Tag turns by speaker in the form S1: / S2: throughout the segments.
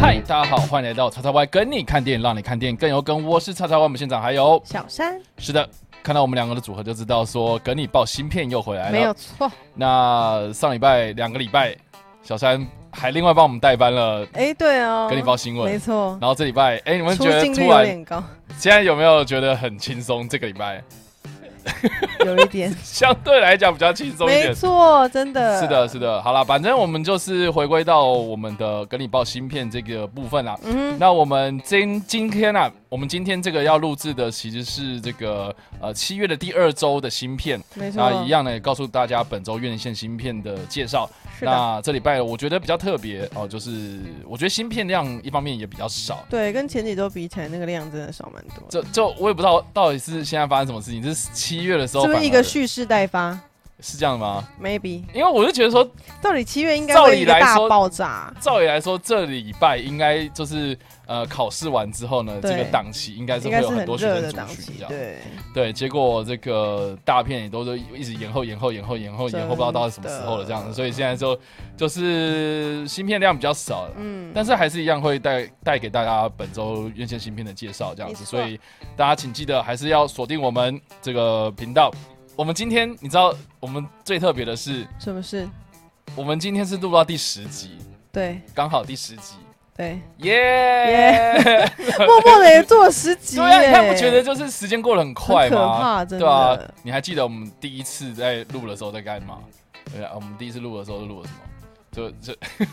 S1: 嗨，大家好，欢迎来到叉叉 Y 跟你看电影，让你看电影更有梗。我是叉叉 Y，我们现场还有，
S2: 小山
S1: 是的，看到我们两个的组合就知道说，跟你爆芯片又回来了。
S2: 没有错。
S1: 那上礼拜两个礼拜，小山还另外帮我们代班了
S2: 哎，对哦，
S1: 跟你报新闻
S2: 没错。
S1: 然后这礼拜，哎、你们
S2: 出
S1: 觉得
S2: 镜率
S1: 突
S2: 有
S1: 然
S2: 点高，
S1: 现在有没有觉得很轻松？这个礼拜
S2: 有一点，
S1: 相对来讲比较 轻松一
S2: 没
S1: 点。
S2: 错，真的。
S1: 是的，，是的，好啦，反正我们就是回归到我们的跟你报芯片这个部分啦。
S2: 嗯哼，
S1: 那我们今今天啊，我们今天这个要录制的其实是这个呃七月的第二周的芯片，
S2: 没错，
S1: 那一样呢也告诉大家本周院线芯片的介绍。
S2: 是的，
S1: 那这礼拜我觉得比较特别哦、就是我觉得芯片量一方面也比较少。
S2: 对，跟前几周比起来，那个量真的少蛮多的。
S1: 这这我也不知道到底是现在发生什么事情，这是七月的时候反
S2: 是不
S1: 而
S2: 是一个蓄势待发
S1: 是这样吗？
S2: ？Maybe，
S1: 因为我就觉得说，
S2: 到底七月应该
S1: 照
S2: 会
S1: 理
S2: 一个
S1: 来
S2: 大
S1: 说
S2: 爆炸，
S1: 照理来说这礼拜应该就是呃考试完之后呢，这
S2: 对
S1: 个档期应该是
S2: 应
S1: 会
S2: 该
S1: 有
S2: 是
S1: 很
S2: 很
S1: 多学
S2: 热
S1: 生
S2: 的档
S1: 族群
S2: 期
S1: 这，样。
S2: 对，
S1: 对，结果这个大片也都是一直延后、延后、延后、延后、延后，不知道到什么时候了这样子，
S2: 真的
S1: 所以现在就就是芯片量比较少了。
S2: 嗯，
S1: 但是还是一样会带带给大家本周院线芯片的介绍，这样子，
S2: 没错
S1: 所以大家请记得还是要锁定我们这个频道。我们今天你知道，我们最特别的是，
S2: 什么事？
S1: 我们今天是录到第十集，
S2: 对
S1: 刚好第十集，
S2: 对，
S1: 耶、
S2: 默默的也做了十集耶，
S1: 哎对啊，你看不觉得就是时间过得很快
S2: 很可
S1: 吗？
S2: 怕，真
S1: 对啊
S2: 的。，
S1: 你还记得我们第一次在录的时候在干嘛？对啊，我们第一次录的时候录了什么？就就
S2: 哎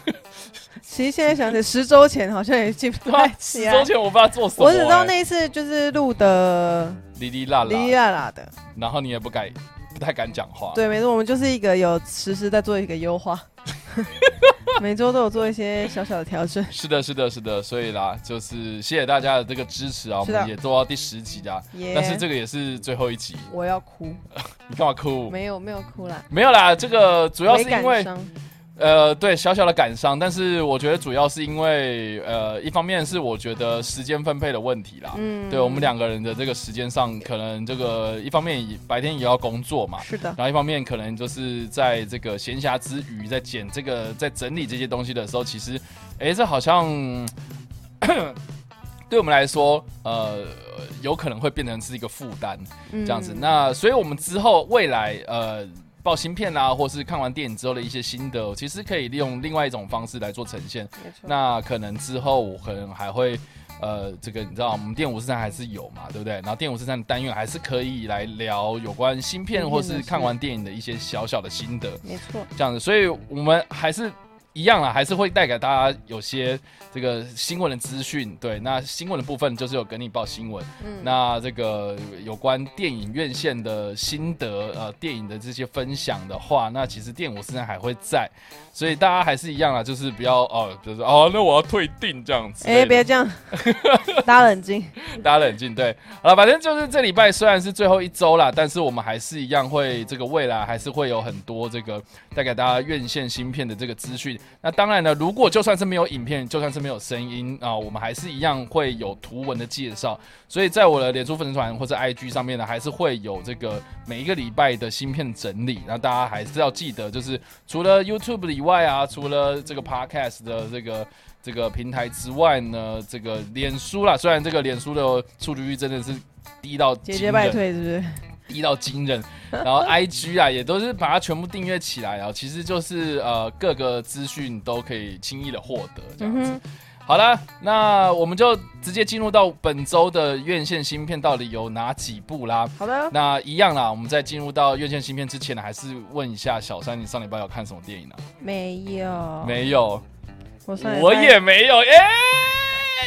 S2: 其实现在想起来十周前好像也记不
S1: 对啊
S2: 太，
S1: 十
S2: 起来
S1: 周。前我不知道做什么、
S2: 哎我只知道
S1: 欸
S2: 那一次就是录的
S1: 哩哩啦
S2: 哩哩
S1: 啦，
S2: 啦啦的，
S1: 然后你也不敢，不太敢讲话。
S2: 对，没错，我们就是一个有实时在做一个优化， 每周都有做一些小小的 调整。
S1: 是的，是的，是的，所以啦，就是谢谢大家的这个支持啊，我
S2: 是的
S1: 们也做到第十集啦，
S2: 耶、
S1: 但是这个也是最后一集，
S2: 我要哭，
S1: 你干嘛哭？
S2: 没有没有哭啦，
S1: 没有啦，这个主
S2: 主
S1: 要是因为呃，对，小小的感伤，但是我觉得主要是因为呃，一方面是我觉得时间分配的问题啦，
S2: 嗯
S1: 对我们两个人的这个时间上，可能这个一方面也白天也要工作嘛，
S2: 是的，
S1: 然后一方面可能就是在这个闲暇之余，在剪这个在整理这些东西的时候，其实，哎，这好像 嗯对我们来说，呃，有可能会变成是一个负担这
S2: 这
S1: 样子。那所以我们之后未来呃。报芯片啊，或是看完电影之后的一些心得，其实可以利用另外一种方式来做呈现。
S2: 没错
S1: 那可能之后我可能还会，呃，这个你知道我们电五四三还是有嘛，对不对？然后电五四三的单元还是可以来聊有关芯片
S2: 芯片的
S1: 或是
S2: 事
S1: 看完电影的一些小小的心得
S2: 没错，
S1: 这样子，所以我们还是。一样啦，还是会带给大家有些这个新闻的资讯。对，那新闻的部分就是有给你报新闻，
S2: 嗯
S1: 那这个有关电影院线的心得，呃，电影的这些分享的话，那其实电影我现在还会在，所以大家还是一样啊，就是不要哦，就是哦，那我要退订这样子。
S2: 哎、别 这样，大家冷静，
S1: 大家冷静，对，好了，反正就是这礼拜虽然是最后一周啦，但是我们还是一样会这个未来还是会有很多这个带给大家院线芯片的这个资讯。那当然呢，如果就算是没有影片，就算是没有声音啊、我们还是一样会有图文的介绍。所以在我的脸书粉丝团或者 IG 上面呢，还是会有这个每一个礼拜的芯片整理。那大家还是要记得，就是除了 YouTube 以外啊，除了这个 Podcast 的这个这个平台之外呢，这个脸书啦，虽然这个脸书的数据率真的是低到
S2: 节
S1: 惊
S2: 节败
S1: 人
S2: 退是不是？
S1: 低到惊人，然 后 IG 啊也都是把它全部订阅起来啊，其实就是呃各个资讯都可以轻易的获得这
S2: 嗯
S1: 样子。
S2: 哼，
S1: 好了，那我们就直接进入到本周的院线芯片到底有哪几部啦。
S2: 好的，
S1: 那一样啦，我们在进入到院线芯片之前呢，还是问一下小三，你上礼拜有看什么电影呢、
S2: 没有，，
S1: 没有，
S2: 我上礼
S1: 我
S2: 拜
S1: 也没有，耶、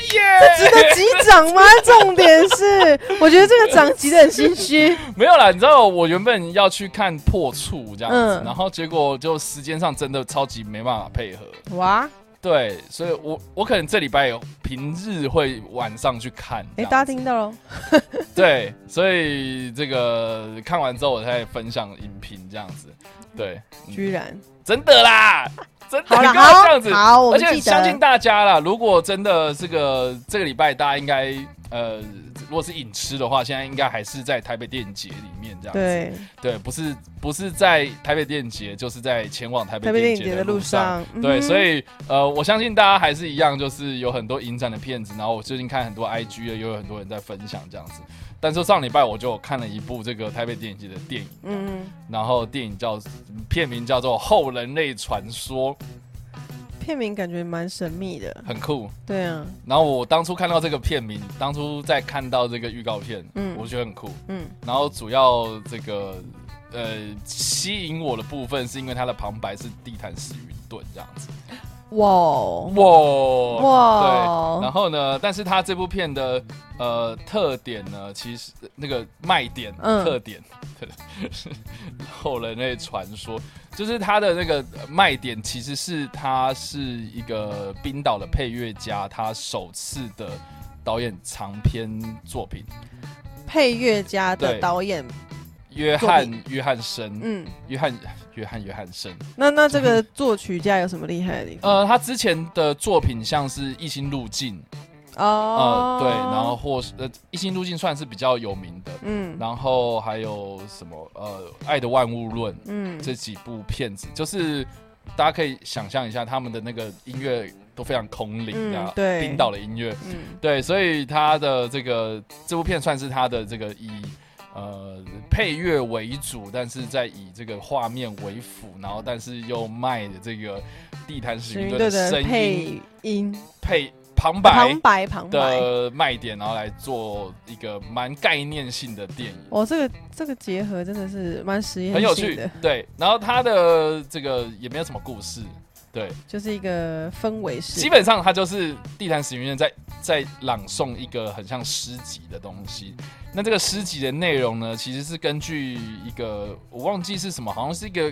S2: 值
S1: 耶、
S2: 得击掌吗？重点是，我觉得这个掌击的很心虚。
S1: 没有啦，你知道我原本要去看破处这样子，
S2: 嗯
S1: 然后结果就时间上真的超级没办法配合，
S2: 哇，
S1: 对，所以我我可能这礼拜有平日会晚上去看这
S2: 哎、
S1: 样子，
S2: 大家听到了？
S1: 对，所以这个看完之后我再分享影评这样子，对，
S2: 居然
S1: 真的啦，真的
S2: 嗯 好
S1: 不
S2: 了，
S1: 要
S2: 好，
S1: 这样子，
S2: 好，我
S1: 而
S2: 们
S1: 且
S2: 记
S1: 相信
S2: 得。
S1: 大家啦，如果真的这个这个礼拜大家应该呃如果是影痴的话，现在应该还是在台北电影节里面这样子。
S2: 对，
S1: 对，不是不是在台北电影节，就是在前往台
S2: 台
S1: 北
S2: 北
S1: 电
S2: 电
S1: 影
S2: 影
S1: 节
S2: 节的
S1: 的
S2: 路
S1: 路上。
S2: 上，嗯
S1: 对，
S2: 哼
S1: 所以呃，我相信大家还是一样，就是有很多影展的片子，然后我最近看很多 IG 的，也有很多人在分享这样子。但是上礼拜我就有看了一部这个台北电影节的电影，
S2: 嗯，
S1: 然后电影叫片名叫做《后人类传说》，
S2: 片名感觉蛮神秘的，
S1: 很酷。
S2: 对啊，
S1: 然后我当初看到这个片名，当初在看到这个预告片，
S2: 嗯
S1: 我觉得很酷。
S2: 嗯，
S1: 然后主要这个呃吸引我的部分是因为它的旁白是地毯式云顿这样子，
S2: 哇哦
S1: 哇对，然
S2: 哇，
S1: 后呢，但是它这部片的呃特点呢，其实那个卖点、
S2: 嗯
S1: 特点， 后人类传说就是它的那个呃卖点，其实是它是一个冰岛的配乐家，他首次的导演长篇作品，
S2: 配乐家的
S1: 对
S2: 导演，
S1: 约
S2: 作
S1: 翰约翰森，
S2: 嗯，
S1: 约翰约翰约翰森，
S2: 那那这个作曲家有什么厉害的地方？
S1: 呃，他之前的作品像是《异星路径》
S2: 哦
S1: 呃，，对，然后或是呃，《异星路径》算是比较有名的，
S2: 嗯
S1: 然后还有什么呃，《爱的万物论》
S2: 嗯，
S1: 这几部片子，就是大家可以想象一下他们的那个音乐都非常空灵啊
S2: 嗯，对
S1: 冰岛的音乐，
S2: 嗯
S1: 对，所以他的这个这部片算是他的这个以呃配乐为主，但是在以这个画面为辅，然后但是又卖的这个地毯式
S2: 史
S1: 云
S2: 云
S1: 顿
S2: 顿
S1: 声
S2: 的
S1: 音
S2: 配音
S1: 配旁白
S2: 旁白旁白，
S1: 的卖点，然后来做一个蛮概念性的电影。
S2: 哦，这个这个结合真的是蛮实验
S1: 很有
S2: 性的
S1: 趣，，对。然后他的这个也没有什么故事，对，
S2: 就是一个氛围式，
S1: 基本上他就是地毯使云人在在朗诵一个很像诗集的东西。那这个诗集的内容呢，其实是根据一个我忘记是什么，好像是一个、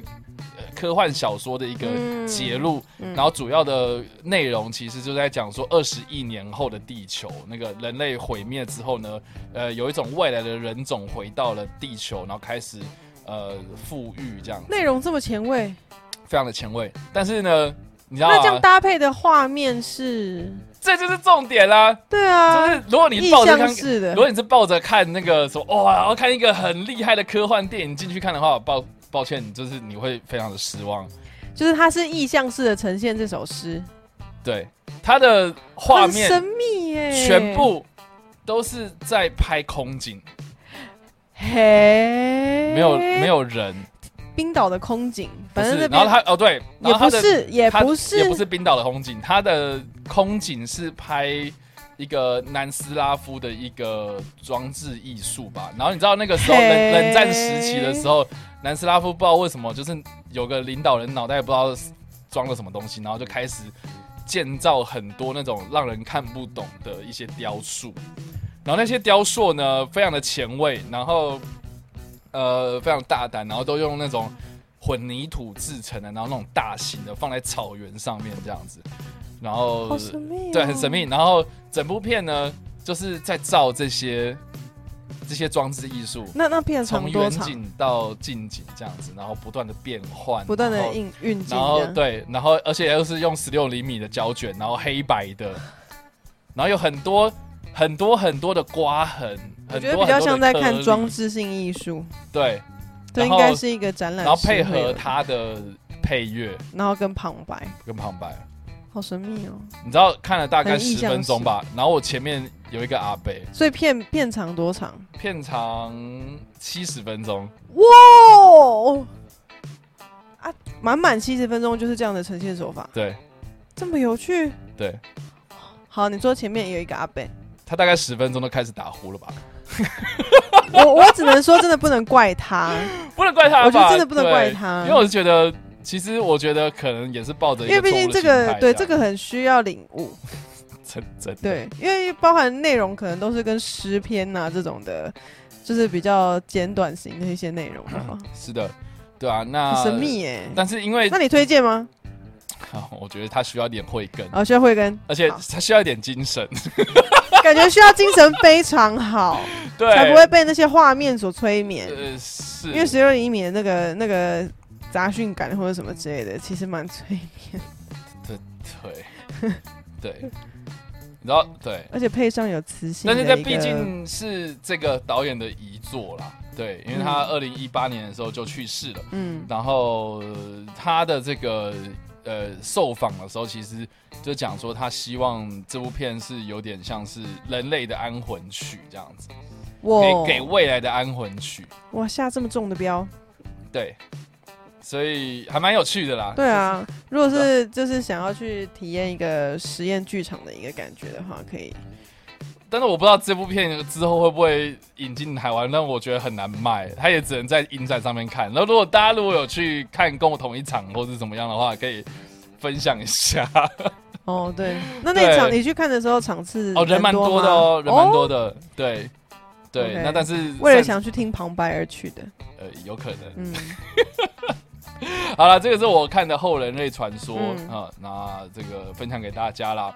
S1: 呃、科幻小说的一个
S2: 嗯
S1: 节录，
S2: 嗯
S1: 然后主要的内容其实就在讲说二十亿年后的地球，那个人类毁灭之后呢，呃，有一种未来的人种回到了地球，然后开始呃富裕这样子，
S2: 内容这么前卫，
S1: 非常的前卫。但是呢，你知道
S2: 那这样
S1: 吗？
S2: 搭配的画面是，
S1: 这就是重点啦、
S2: 对啊，
S1: 就是如果你
S2: 意
S1: 抱着
S2: 象
S1: 看，
S2: 式的
S1: 如，果你是抱着看那个什么哇，然后看一个很厉害的科幻电影进去看的话，抱抱歉，你就是你会非常的失望。
S2: 就是它是意象式的呈现这首诗，
S1: 对，它的画
S2: 很神
S1: 面
S2: 秘耶，
S1: 全部都是在拍空景，
S2: 嘿，
S1: 没有没有人，
S2: 冰岛的空景，
S1: 不
S2: 反正
S1: 是。
S2: 那
S1: 然后
S2: 边
S1: 它哦对，然
S2: 也
S1: 后它
S2: 不
S1: 的
S2: 是也
S1: 它
S2: 不是
S1: 也不是冰岛的空景，它的空景是拍。一个南斯拉夫的一个装置艺术吧，然后你知道那个时候冷
S2: 嘿
S1: 冷战时期的时候，南斯拉夫不知道为什么就是有个领导人脑袋不知道装了什么东西，然后就开始建造很多那种让人看不懂的一些雕塑，然后那些雕塑呢非常的前卫，然后呃非常大胆，然后都用那种混凝土制成的，然后那种大型的放在草原上面这样子，然后
S2: 好神秘、哦，
S1: 对很神秘，，然后整部片呢就是在照这些这些装置艺术，
S2: 那那片长
S1: 从
S2: 多
S1: 远
S2: 长？
S1: 景到近景这样子，然后不断的变换，
S2: 不断
S1: 然
S2: 的
S1: 后
S2: 运运镜这
S1: 然后
S2: 样，
S1: 对，然后而且又是用十六厘米的胶卷，然后黑白的，然后有很多很多很多的刮痕，
S2: 我
S1: 很
S2: 觉得
S1: 多
S2: 比较像在
S1: 很多
S2: 看
S1: 的颗
S2: 装
S1: 粒
S2: 置性艺术，
S1: 对，
S2: 这
S1: 然
S2: 应
S1: 后
S2: 该是一个展览，
S1: 然后配合，它的配乐
S2: 然后跟旁白，
S1: 跟旁白，
S2: 好神秘哦。
S1: 你知道看了大概
S2: 很意
S1: 十
S2: 象
S1: 分钟吧，然后我前面有一个阿贝，
S2: 所以片片长多长？
S1: 片长七十分钟，
S2: 哇哦！啊，满满七十分钟就是这样的呈现手法，
S1: 对
S2: 这么有趣。
S1: 对，
S2: 好，你说前面有一个阿贝，
S1: 他大概十分钟都开始打呼了吧，
S2: 我我只能说真的不能怪 他，
S1: 不能怪他吧，
S2: 我觉得真的不能
S1: 对
S2: 怪他
S1: 因为我是觉得。其实我觉得可能也是抱着一
S2: 因
S1: 个
S2: 为毕
S1: 错误
S2: 竟
S1: 的
S2: 这
S1: 心
S2: 个
S1: 态
S2: 对
S1: 样
S2: 这个很需要领悟，
S1: 真真的
S2: 对，因为包含内容可能都是跟诗篇呐、这种的，就是比较简短型的一些内容的 话，
S1: 是的，对啊，那
S2: 很神。秘耶、
S1: 但是因为
S2: 那你推荐吗？
S1: 我觉得他需要点慧根，
S2: 啊，需要慧 根，
S1: 而且
S2: 好
S1: 他需要一点精 神，
S2: 感觉需要精神非常 好，
S1: 对，
S2: 才不会被那些画面所催眠。
S1: 呃是，
S2: 因为十六厘米的那个那个杂讯感或者什么之 类的，其实蛮催眠。
S1: 对对对，你知道对，
S2: 而且配上有磁性
S1: 但
S2: 的一
S1: 是
S2: 个，
S1: 这毕竟是这个导演的遗作啦，对，因为他二零一八年的时候就去世了，
S2: 嗯
S1: 然后呃他的这个呃受访的时候，其实就讲说他希望这部片是有点像是人类的安魂曲这样子，给
S2: 哇
S1: 给啊未来的安魂曲，
S2: 哇下这么重的标，
S1: 对，所以还蛮有趣的啦，
S2: 对啊，如果是就是想要去体验一个实验剧场的一个感觉的话，可以
S1: 但是我不知道这部片之后会不会引进台湾，但我觉得很难卖，它也只能在影展上面看。然后如果大家如果有去看跟我同一场或是怎么样的话，可以分享一 下。
S2: 哦对，那
S1: 对
S2: 那一场你去看的时候场次
S1: 哦，人蛮多
S2: 多
S1: 的哦，
S2: 吗
S1: 人蛮多的，对。对
S2: OK
S1: 那但是
S2: 为了
S1: 算
S2: 想去听旁白而去的，
S1: 呃有可能，
S2: 嗯，
S1: 好了，这个是我看的《后人类传说》
S2: 嗯
S1: 啊、那这个分享给大家啦。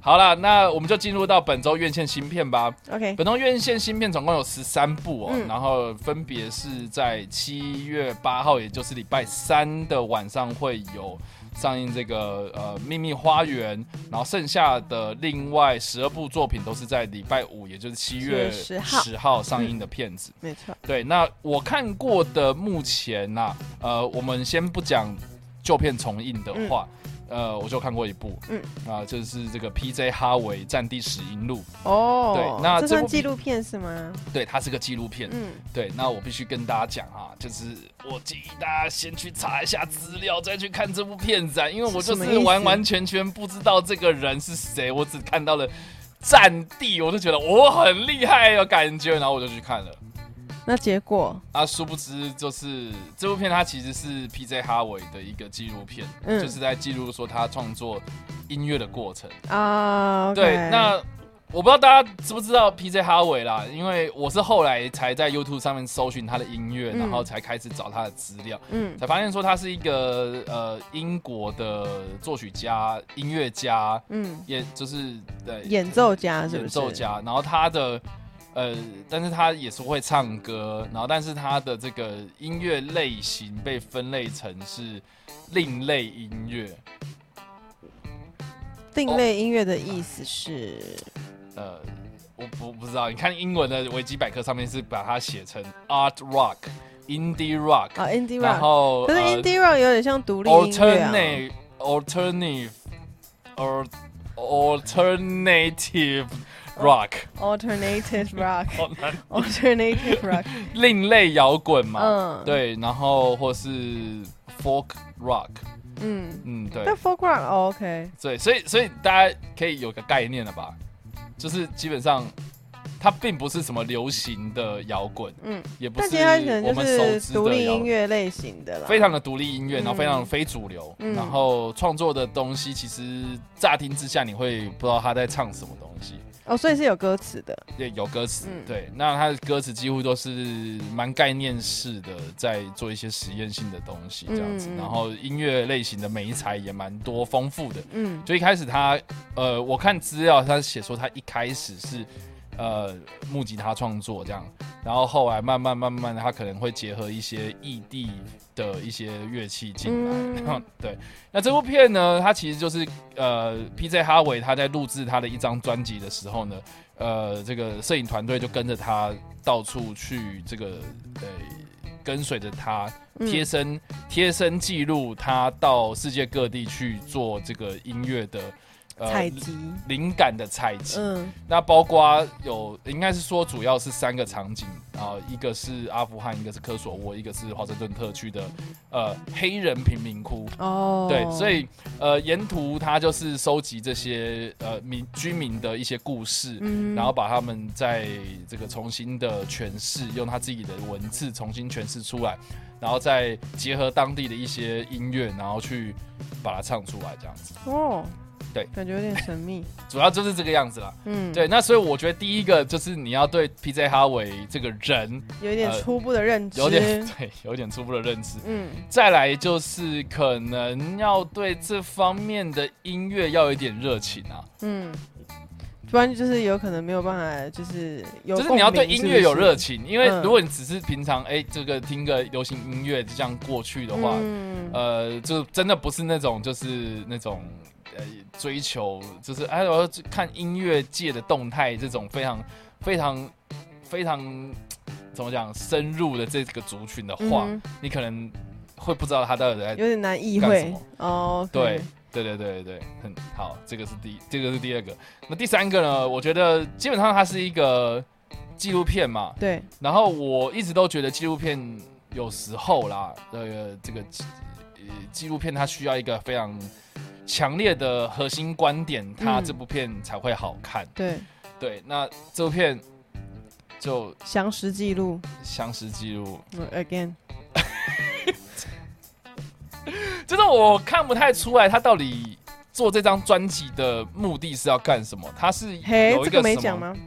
S1: 好了，那我们就进入到本周院线新片吧。
S2: OK，
S1: 本周院线新片总共有十三部哦，
S2: 嗯
S1: 然后分别是在七月八号，也就是礼拜三的晚上会有上映这个呃《秘密花园》，然后剩下的另外十二部作品都是在礼拜五，也就是七月
S2: 10号
S1: 十号上映的片子。
S2: 没错，
S1: 对，那我看过的目前呐、呃，我们先不讲旧片重映的话，呃，我就看过一部，嗯
S2: 嗯，
S1: 啊、就是这个 P.J. 哈维《战地十英路》，
S2: 哦，
S1: 对那这
S2: 这算
S1: 部
S2: 纪录片是吗？
S1: 对，它是个纪录片，
S2: 嗯，
S1: 对，那我必须跟大家讲啊，就是我建议大家先去查一下资料，再去看这部片子啊，因为我就是
S2: 什么
S1: 是
S2: 意思
S1: 完完全全不知道这个人是谁，我只看到了战地，我就觉得我很厉害有感觉，然后我就去看了。
S2: 那结果，
S1: 啊，殊不知就是这部片，它其实是 P.J. 哈维的一个纪录片，
S2: 嗯
S1: 就是在记录说他创作音乐的过程。
S2: 啊，OK，
S1: 对，那我不知道大家知不知道 P.J. 哈维啦，因为我是后来才在 YouTube 上面搜寻他的音乐，
S2: 嗯
S1: 然后才开始找他的资料，
S2: 嗯
S1: 才发现说他是一个呃英国的作曲家、音乐家，
S2: 嗯，
S1: 也就是呃
S2: 演奏家是不是？
S1: 演奏，家，然后他的呃，但是他也是会唱歌，然后但是他的这个音乐类型被分类成是另类音乐，
S2: 另类音乐的意思是，
S1: 呃。我不不知道，你看英文的维基百科上面是把它写成 art rock、indie rock，、
S2: 啊，indie
S1: 哦然
S2: rock，
S1: 后呃
S2: 可是 indie rock 有点像独立音乐啊，
S1: alternative、alternative、or alternative rock，、
S2: alternative rock，alternative
S1: 好难
S2: rock，
S1: 另类摇滚嘛。
S2: 嗯，，
S1: 对，然后或是 folk rock，
S2: 嗯，
S1: 嗯，对
S2: 但，folk rock 哦 OK，
S1: 对，所以所以大家可以有个概念了吧？就是基本上它并不是什么流行的摇滚，
S2: 嗯，
S1: 也不
S2: 但
S1: 是
S2: 其实它可能
S1: 我
S2: 就
S1: 们
S2: 是
S1: 熟知
S2: 独
S1: 的
S2: 立
S1: 摇
S2: 音
S1: 滚，
S2: 乐类型的啦，
S1: 非常的独立音乐，然后非常
S2: 嗯
S1: 非主流，
S2: 嗯
S1: 然后创作的东西其实乍听之下你会不知道他在唱什么东西。
S2: 哦，所以是有歌词的，
S1: 也有歌词，
S2: 嗯
S1: 对，那他的歌词几乎都是蛮概念式的，在做一些实验性的东西这样子，
S2: 嗯嗯
S1: 然后音乐类型的美材也蛮多丰富的。
S2: 嗯
S1: 就一开始他，呃，我看资料，他写说他一开始是，呃，木吉他创作这样，然后后来慢慢慢慢，他可能会结合一些异地的一些乐器进来。
S2: 嗯
S1: 哦对，那这部片呢，它其实就是呃，P.J. 哈维他在录制他的一张专辑的时候呢，呃，这个摄影团队就跟着他到处去这个呃。跟随着他
S2: 嗯
S1: 贴身贴身记录他到世界各地去做这个音乐的呃
S2: 采集，
S1: 灵感的采集，
S2: 嗯
S1: 那包括有，应该是说主要是三个场景啊、一个是阿富汗，一个是科索沃，一个是华盛顿特区的呃黑人贫民窟。
S2: 哦，
S1: 对，所以呃，沿途他就是收集这些呃民居民的一些故事，
S2: 嗯
S1: 然后把他们在这个重新的诠释，用他自己的文字重新诠释出来，然后再结合当地的一些音乐，然后去把它唱出来，这样子，
S2: 哦，
S1: 对
S2: 感觉有点神秘，
S1: 主要就是这个样子啦。
S2: 嗯，
S1: 对，，那所以我觉得第一个就是你要对 P.J. 哈维这个人
S2: 有一点
S1: 呃
S2: 初步的认知，
S1: 有点 对有点初步的认知，
S2: 嗯
S1: 再来就是可能要对这方面的音乐要有一点热情啊，
S2: 嗯，不然就是有可能没有办法，就是有
S1: 就是你要对
S2: 共鸣
S1: 音乐有热
S2: 是
S1: 情，因为
S2: 嗯
S1: 如果你只是平常哎、这个听个流行音乐就这样过去的
S2: 不是
S1: 话，
S2: 嗯
S1: 呃，就真的不是那种就是那种呃追求，就是哎，我要看音乐界的动态这种非常非常非常怎么讲深入的这个族群的呃话，
S2: 嗯哼
S1: 你可能会不知道他到底在
S2: 有点难意
S1: 干什
S2: 会
S1: 么
S2: 哦。
S1: 对，对对对对，很好，这个是第这个是第二个。那第三个呢？我觉得基本上它是一个纪录片嘛，
S2: 对，
S1: 然后我一直都觉得纪录片有时候啦，呃，这个纪呃纪录片它需要一个非常强烈的核心观点，它
S2: 嗯
S1: 这部片才会好看。
S2: 对，
S1: 对，那这部片就
S2: 详实记录
S1: 详实记录，
S2: 嗯 again，
S1: 就是我看不太出来他到底做这张专辑的目的是要干什么。他是
S2: 嘿，
S1: 有一
S2: 这个没
S1: 什
S2: 讲
S1: 么？
S2: 吗？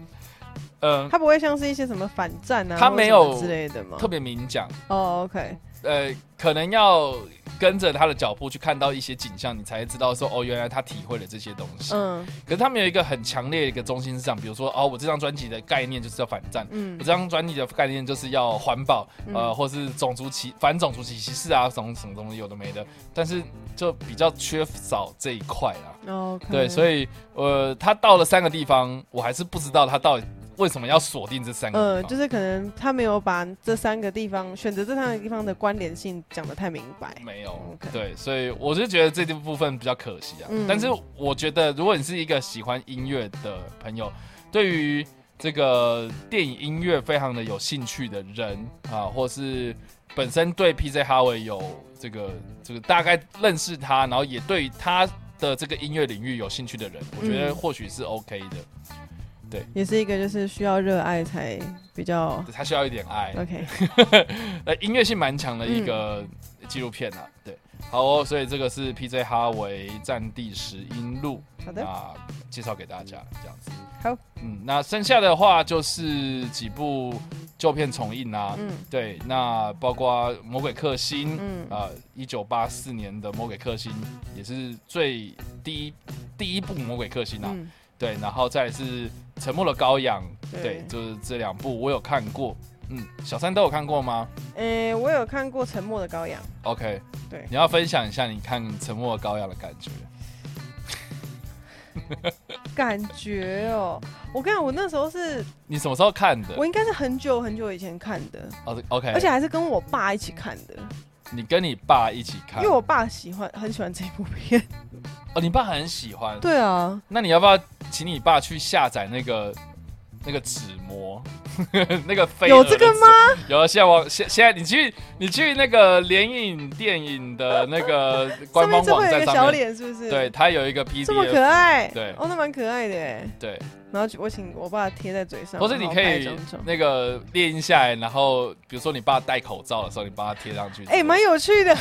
S1: 嗯、
S2: 它不会像是一些什么反战啊，
S1: 它
S2: 或者
S1: 没
S2: 什么
S1: 有
S2: 之类的吗？
S1: 特别明讲，
S2: 哦，OK，
S1: 呃，可能要跟着他的脚步去看到一些景象，你才知道说哦，原来他体会了这些东西。
S2: 嗯
S1: 可是他们有一个很强烈的一个中心思想，比如说哦，我这张专辑的概念就是要反战。我
S2: 嗯
S1: 这张专辑的概念就是要环保，呃，或是种族歧反种族歧视啊，什么什么东西有的没的，但是就比较缺少这一块啦。
S2: ，OK，
S1: 对，所
S2: 以
S1: 以呃，他到了三个地方，我还是不知道他到底为什么要锁定这三个地
S2: 呃，
S1: 方。
S2: 就是可能他没有把这三个地方选择这三个地方的关联性讲得太明白。
S1: 没有
S2: OK
S1: 对，所以我就觉得这部分比较可惜啊。
S2: 嗯
S1: 但是我觉得，如果你是一个喜欢音乐的朋友，对于这个电影音乐非常的有兴趣的人啊，或是本身对 P.J. 哈维有这个这个大概认识他，然后也对他的这个音乐领域有兴趣的人，我觉得
S2: 嗯
S1: 或许是 OK 的。
S2: 也是一个就是需要热爱才比较
S1: 他需要一点爱，
S2: OK。
S1: 呃，音乐性蛮强的一个
S2: 嗯
S1: 纪录片啊，对，好哦，所以这个是 P.J. 哈维《战地十英录》，
S2: 好的，
S1: 那介绍给大家这样子。
S2: 好，
S1: 嗯，那剩下的话就是几部旧片重映啊，
S2: 嗯
S1: 对，那包括《魔鬼克星》
S2: 嗯
S1: 啊、一九八四年的《魔鬼克星》也是最第一第一部《魔鬼克星》啊，
S2: 嗯，
S1: 对，然后再来是《沉默的羔羊》，对，
S2: 对
S1: 就是这两部我有看过，嗯，小三都有看过吗
S2: 诶，我有看过《沉默的羔羊》，
S1: ？OK，
S2: 对
S1: 你要分享一下你看《沉默的羔羊》的感觉。
S2: 感觉哦，我跟你讲，我那时候是
S1: 你什么时候看的
S2: 我应该是很久很久以前看的，
S1: 哦？OK，
S2: 而且还是跟我爸一起看的，
S1: 你跟你爸一起
S2: 因
S1: 看，
S2: 为我爸喜欢很喜欢这部片。
S1: 哦，你爸很喜欢。
S2: 对啊，
S1: 那你要不要请你爸去下载那个那个纸模， 那个飞
S2: 有这个吗？
S1: 吗？有啊，现在网现现在你去你去那个联影电影的那 个官方
S2: 上面这
S1: 网
S2: 会有
S1: 站
S2: 一个小
S1: 上面，
S2: 脸，是不是？
S1: 对，，它有一个 PDF，
S2: 这么可爱，
S1: 对
S2: 哦，那蛮可爱的哎。
S1: 对，
S2: 然后我请我爸贴在嘴上，
S1: 或者你可
S2: 然后拍一
S1: 以
S2: 张照
S1: 那个列印下来，然后比如说你爸戴口罩的时候，你帮他贴上去。
S2: 哎，蛮 有趣的，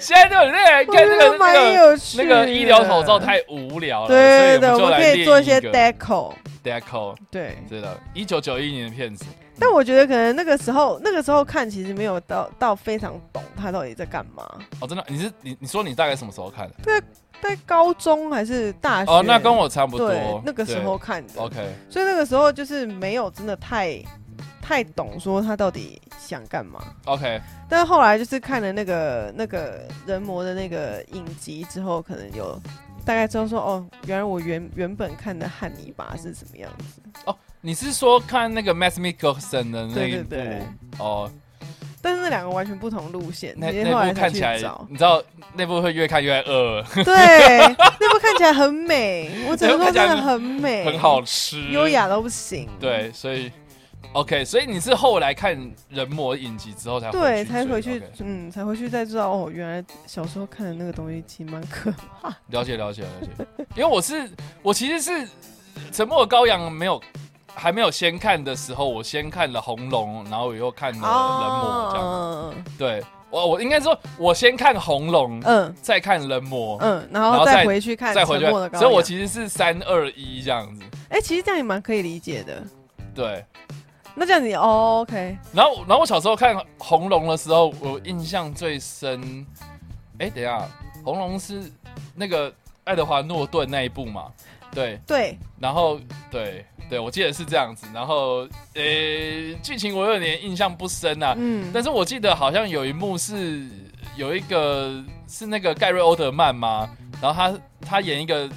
S1: 现在都有那
S2: 我
S1: 个跟
S2: 觉
S1: 那
S2: 得
S1: 个
S2: 蛮
S1: 那个
S2: 有趣的。
S1: 那个医疗口罩太无聊了，
S2: 对对对，
S1: 所以们就
S2: 我们
S1: 来
S2: 可以做一些
S1: 列
S2: deco。
S1: deco，
S2: 对，
S1: 对的，一九九一年的片子。
S2: 但我觉得可能那个时候那个时候看，其实没有到到非常懂他到底在干嘛。
S1: 哦，真的，你是你你说你大概什么时候看的？
S2: 在高中还是大学？
S1: 哦，那跟我差不多
S2: 啊对，那个时候
S1: 对
S2: 看的，
S1: OK，
S2: 所以那个时候就是没有真的太太懂说他到底想干嘛。
S1: OK，
S2: 但后来就是看了那个那个人魔的那个影集之后，可能有大概知道说，哦，原来我原原本看的汉尼拔是什么样子。
S1: 你是说看那个 Max Mikkelsen 的那
S2: 对
S1: 一
S2: 对
S1: 部？
S2: 对。
S1: 哦，
S2: 但是那两个完全不同路线，
S1: 那
S2: 你后
S1: 那
S2: 来
S1: 部
S2: 才
S1: 看
S2: 去
S1: 起来
S2: 找，。
S1: 你知道那部会越看越饿，
S2: 对，那部看起来很美，我只能说真的很美，
S1: 很好，吃，
S2: 优。雅到不行。
S1: 对，所以 OK，所以你是后来看人魔影集之后才回
S2: 对，
S1: 去
S2: 才
S1: 追
S2: 回去
S1: OK，
S2: 嗯，才回去再知道哦，原来小时候看的那个东西其实蛮可 怕。
S1: 了解了解了解， 因为我是我其实是《沉默的羔羊》没有还没有先看的时候，我先看了《红龙》，然后我又看了《人魔》这样。
S2: 哦，
S1: 对，我我应该说，我先看《红龙》，
S2: 嗯
S1: 再看《人魔》，
S2: 嗯，然
S1: 然
S2: 后
S1: 后
S2: 再
S1: 再
S2: 回去看
S1: 再
S2: 《
S1: 回
S2: 沉
S1: 去
S2: 默的羔
S1: 看。
S2: 羊》。
S1: 所以我其实是三二一这样子。
S2: 哎、其实这样也蛮可以理解的。
S1: 对，
S2: 那这样你哦，OK，
S1: 然后然后我小时候看《红龙》的时候，我印象最深。哎，等一下，《红龙》是那个爱德华诺顿那一部嘛？对，
S2: 对，
S1: 然后对对，我记得是这样子。然后呃，剧情我有点印象不深啊，
S2: 嗯，
S1: 但是我记得好像有一幕是有一个是那个盖瑞欧德曼吗？然后他他演一个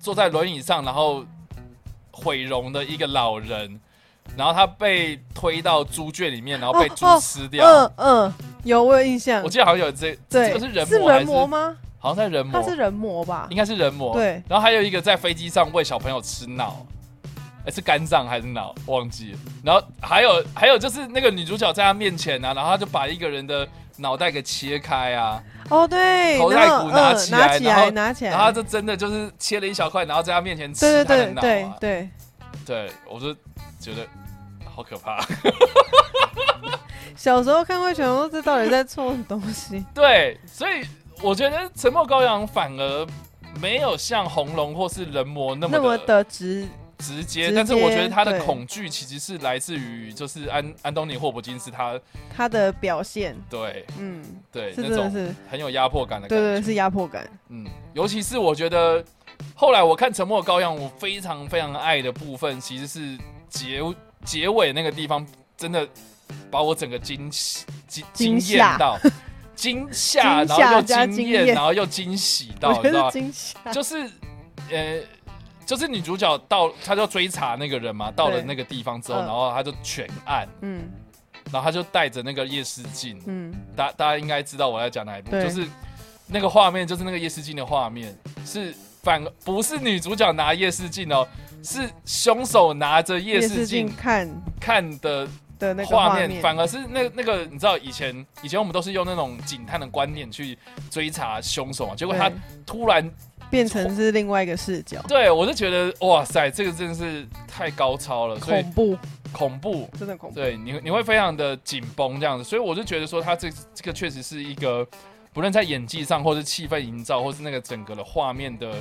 S1: 坐在轮椅上，然后毁容的一个老人，然后他被推到猪圈里面，然后被猪
S2: 哦哦
S1: 吃掉。
S2: 嗯嗯，有我有印象
S1: 啊我，记得好像有这，
S2: 对
S1: 这，个是人
S2: 是
S1: 魔还是？
S2: 人魔吗？
S1: 好像在人
S2: 他
S1: 魔，
S2: 是人魔吧
S1: 应？该是人魔。
S2: 对，
S1: 然后还有一个在飞机上喂小朋友吃脑，哎，是肝脏还是脑？忘记了。然后还有还有就是那个女主角在他面前啊，然后他就把一个人的脑袋给切开啊，
S2: 哦对，
S1: 头
S2: 然
S1: 盖
S2: 后
S1: 骨
S2: 嗯
S1: 拿
S2: 拿
S1: 起来
S2: 起
S1: 然后
S2: 来，拿起
S1: 然后他
S2: 来，
S1: 就真的就是切了一小块，然后在他面前吃
S2: 对
S1: 他的
S2: 对对
S1: 脑、
S2: 对
S1: 啊。
S2: 对，
S1: 对，我就觉得好可怕。
S2: 小时候看会全部这到底在做什么东西？
S1: 对，所以我觉得《沉默羔羊》反而没有像《红龙》或是《人魔》 那么
S2: 那么
S1: 的
S2: 的直，
S1: 直接，
S2: 直
S1: 但是我觉得
S2: 接
S1: 他的
S2: 对
S1: 恐惧其实是来自于就是安安东尼霍普金斯他
S2: 他的表现，
S1: 对
S2: 嗯，
S1: 对
S2: 是
S1: 那
S2: 真的
S1: 种
S2: 是，
S1: 很有压迫感的感
S2: 对
S1: 觉，
S2: 对是压迫感，
S1: 嗯，尤其是我觉得后来我看《沉默的羔羊》，我非常非常爱的部分其实是结结尾那个地方，真的把我整个惊喜惊
S2: 惊
S1: 惊艳
S2: 吓
S1: 到。惊吓，
S2: 惊
S1: 然后
S2: 吓
S1: 又
S2: 加
S1: 惊
S2: 惊
S1: 艳，
S2: 艳
S1: 然后又惊喜
S2: 我
S1: 到，你
S2: 觉
S1: 知道
S2: 得
S1: 吗
S2: 是惊吓，
S1: 就是呃，就是女主角到，她就追查那个人嘛，到了
S2: 对
S1: 那个地方之后，
S2: 嗯
S1: 然后她就全暗，
S2: 嗯
S1: 然后她就带着那个夜视镜，
S2: 嗯，
S1: 大大家应该知道我在讲哪一部，
S2: 对
S1: 就是那个画面，就是那个夜视镜的画面，是反不是女主角拿夜视镜哦，是凶手拿着夜视镜
S2: 看
S1: 看的
S2: 的那个
S1: 画
S2: 面，
S1: 面，反而是那那个你知道以前以前我们都是用那种警探的观念去追查凶手嘛，结果他
S2: 对
S1: 突然
S2: 变成是另外一个视角，
S1: 对，我就觉得哇塞，这个真的是太高超了，所以
S2: 恐怖，
S1: 恐怖，
S2: 真的恐怖，
S1: 对你你会非常的紧绷这样子，所以我就觉得说他这这个确实是一个，不论在演技上，或是气氛营造，或是那个整个的画面的